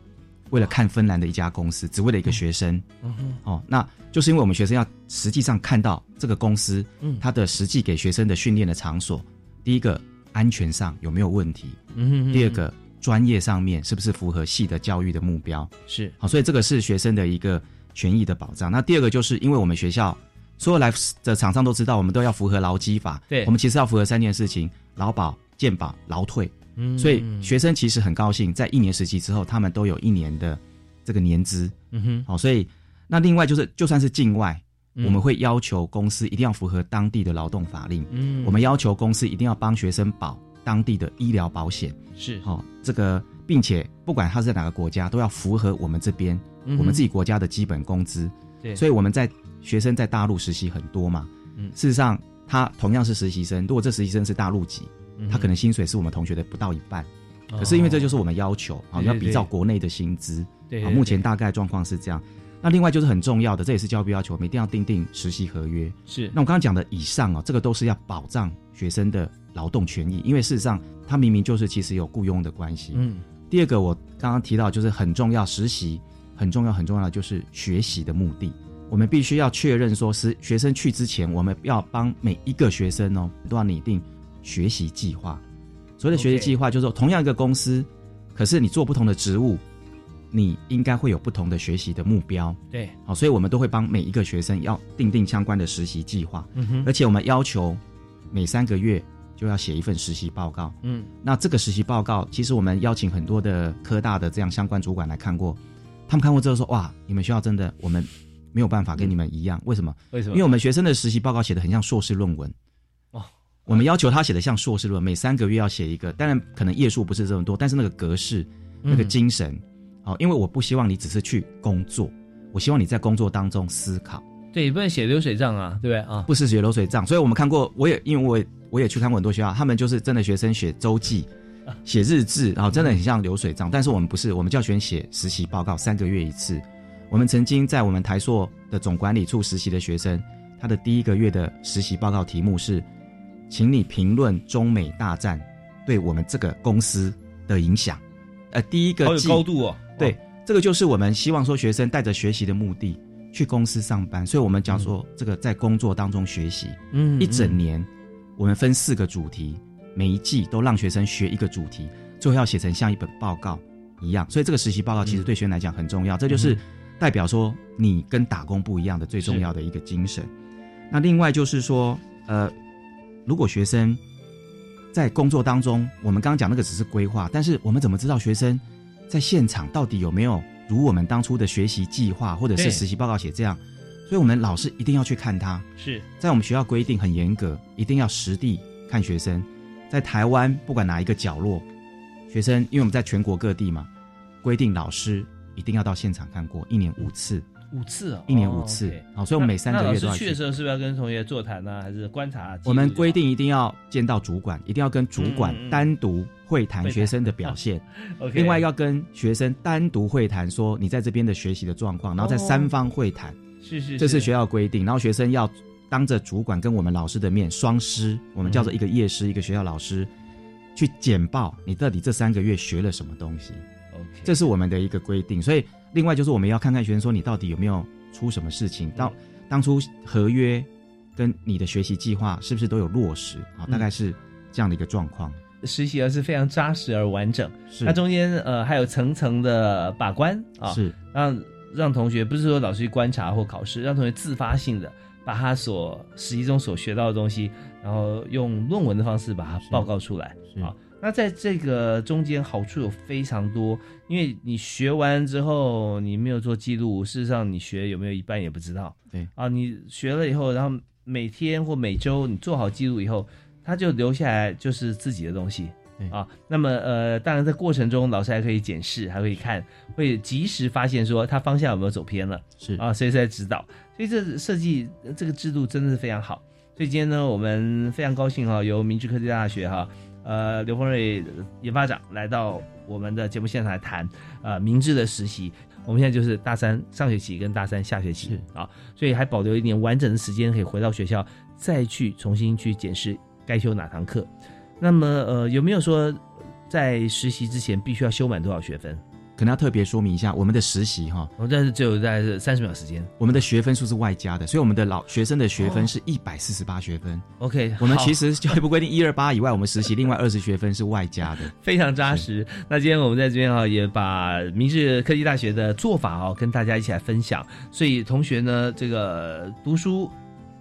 S2: 为了看芬兰的一家公司，只为了一个学生。
S1: 嗯哼
S2: 哦，那就是因为我们学生要实际上看到这个公司，
S1: 嗯
S2: 它的实际给学生的训练的场所，第一个安全上有没有问题，
S1: 嗯哼，
S2: 第二个专业上面是不是符合系的教育的目标。
S1: 是
S2: 好，所以这个是学生的一个权益的保障。那第二个就是因为我们学校所有来的厂商都知道，我们都要符合劳基法，
S1: 对
S2: 我们其实要符合三件事情：劳保、健保、劳退。
S1: 嗯
S2: 所以学生其实很高兴，在一年实习之后，他们都有一年的这个年资。
S1: 嗯哼，
S2: 好，所以那另外就是，就算是境外，
S1: 嗯
S2: 我们会要求公司一定要符合当地的劳动法令，
S1: 嗯，
S2: 我们要求公司一定要帮学生保当地的医疗保险。
S1: 是
S2: 好、这个并且不管他是在哪个国家，都要符合我们这边、
S1: 嗯哼
S2: 我们自己国家的基本工资。
S1: 对，
S2: 所
S1: 以
S2: 以我们在学生在大陆实习很多嘛，
S1: 嗯
S2: 事实上
S1: 嗯
S2: 他同样是实习生，如果这实习生是大陆籍，他可能薪水是我们同学的不到一半，可是因为这就是我们要求啊，
S1: 哦对
S2: 你要
S1: 对
S2: 比
S1: 对
S2: 照国内的薪资
S1: 哦对
S2: 啊，
S1: 对对
S2: 目前大概状况是这样。那另外就是很重要的，这也是教育部要求，我们一定要订定实习合约。
S1: 是
S2: 那我刚刚讲的以上哦，这个都是要保障学生的劳动权益，因为事实上他明明就是其实有雇佣的关系。
S1: 嗯，
S2: 第二个我刚刚提到就是很重要，实习很重要，很重要的就是学习的目的。我们必须要确认说，是学生去之前，我们要帮每一个学生哦，都要拟定学习计划。所谓的学习
S1: OK
S2: 计划，就是说同样一个公司，可是你做不同的职务，你应该会有不同的学习的目标。
S1: 对，
S2: 好、所以我们都会帮每一个学生要定定相关的实习计划，
S1: 嗯哼
S2: 而且我们要求每三个月就要写一份实习报告。
S1: 嗯，
S2: 那这个实习报告，其实我们邀请很多的科大的这样相关主管来看过，他们看过之后说：“哇，你们学校真的我们没有办法
S1: 嗯
S2: 跟你们一样，为什么？
S1: 为什么？
S2: 因为我们学生的实习报告写的很像硕士论文。”
S1: 哦
S2: 我们要求他写的像硕士论文，每三个月要写一个，当然可能页数不是这么多，但是那个格式、那个
S1: 嗯
S2: 精神，好、因为我不希望你只是去工作，我希望你在工作当中思考，
S1: 对，不能写流水账啊，对不对啊？
S2: 不是写流水账。所以我们看过，我也因为我也我也去看过很多学校，他们就是真的学生写周记、
S1: 啊
S2: 写日志，然、后真的很像流水账。但是我们不是，我们叫学生写实习报告，三个月一次。我们曾经在我们台硕的总管理处实习的学生，他的第一个月的实习报告题目是：请你评论中美大战对我们这个公司的影响。呃，第一
S1: 好
S2: 个
S1: 有
S2: 季
S1: 高度哦。
S2: 对，这个就是我们希望说学生带着学习的目的去公司上班，所以我们讲说这个在工作当中学习、
S1: 嗯
S2: 一整年，我们分四个主题，每一季都让学生学一个主题，最后要写成像一本报告一样。所以这个实习报
S1: 嗯
S2: 告其实对学生来讲很重要，这就是代表说你跟打工不一样的最重要的一个精神。那另外就是说，呃，如果学生在工作当中，我们刚刚讲那个只是规划，但是我们怎么知道学生在现场到底有没有如我们当初的学习计划或者
S1: 对
S2: 是实习报告写这样？所以我们老师一定要去看他。
S1: 是
S2: 在我们学校规定很严格，一定要实地看学生。在台湾不管哪一个角落，学生因为我们在全国各地嘛，规定老师一定要到现场看过，一年五次，
S1: 五次哦，
S2: 一年五次
S1: 哦，OK。
S2: 好、所以我们每三
S1: 那
S2: 个月
S1: 那
S2: 都
S1: 老
S2: 要
S1: 师去的时候，是不是要跟同学座谈啊呢，还是观察？
S2: 我们规定一定要见到主管，一定要跟主管
S1: 嗯嗯嗯
S2: 单独会
S1: 会
S2: 谈
S1: 谈
S2: 学生的表现，
S1: ，OK。
S2: 另外要跟学生单独会谈说你在这边的学习的状况，然后再
S1: 哦
S2: 三方会谈，
S1: 是是，
S2: 这是学校规定。然后学生要当着主管跟我们老师的面双师，我们叫做一个夜师，一个学校老师，去简报你到底这三个月学了什么东西，
S1: OK，
S2: 这是我们的一个规定。所以另外就是我们要看看学生说你到底有没有出什么事情，到
S1: 嗯
S2: 当初合约跟你的学习计划是不是都有落实啊？大概是这样的一个状况。
S1: 实习而啊是非常扎实而完整，
S2: 是
S1: 它中间呃还有层层的把关啊，
S2: 是
S1: 让让同学不是说老师去观察或考试，让同学自发性的把他所实习中所学到的东西，然后用论文的方式把它报告出来
S2: 是
S1: 啊。那在这个中间好处有非常多，因为你学完之后你没有做记录，事实上你学有没有一半也不知道。
S2: 对
S1: 啊，你学了以后，然后每天或每周你做好记录以后，它就留下来就是自己的东西
S2: 对。
S1: 啊，那么呃，当然在过程中老师还可以检视，还可以看，会及时发现说他方向有没有走偏了
S2: 是
S1: 啊，随时在指导。所以这设计呃这个制度真的是非常好。所以今天呢，我们非常高兴哈、由明治科技大学哈、呃刘峰瑞研发长来到我们的节目现场来谈呃明治的实习。我们现在就是大三上学期跟大三下学期啊，所以还保留一点完整的时间可以回到学校再去重新去检视该修哪堂课。那么呃有没有说在实习之前必须要修满多少学分？
S2: 可能要特别说明一下，我们的实习哈、
S1: 我哦但是只有在三十秒时间。
S2: 我们的学分数是外加的，所以我们的老学生的学
S1: 哦
S2: 分是一百四十八学分。
S1: OK，
S2: 我们
S1: 好
S2: 其实教育部规定一二八以外，我们实习另外二十学分是外加的。
S1: 非常扎实。那今天我们在这边啊，也把明治科技大学的做法哦，跟大家一起来分享。所以同学呢，这个读书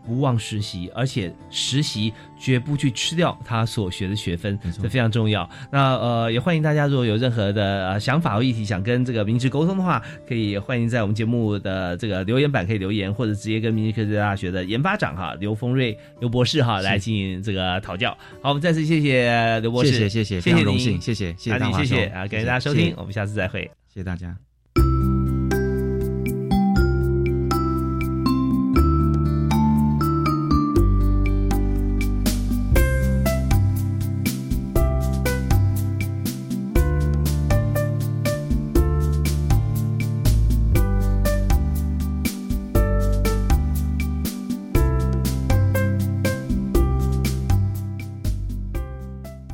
S1: 不忘实习，而且实习绝不去吃掉他所学的学分，
S2: 没错
S1: 这非常重要。那呃，也欢迎大家如果有任何的、呃、想法或议题想跟这个明治沟通的话，可以欢迎在我们节目的这个留言板可以留言，或者直接跟明治科技大学的研发长哈刘丰瑞刘博士哈来进行这个讨教。好，我们再次谢谢刘博士，
S2: 谢谢谢谢，
S1: 谢
S2: 非
S1: 谢
S2: 常
S1: 您
S2: 荣幸，谢谢谢谢
S1: 啊
S2: 大
S1: 您
S2: 华
S1: 谢
S2: 兄
S1: 谢啊，感谢大家收
S2: 谢
S1: 听
S2: 谢，
S1: 我们下次再会。
S2: 谢谢大家。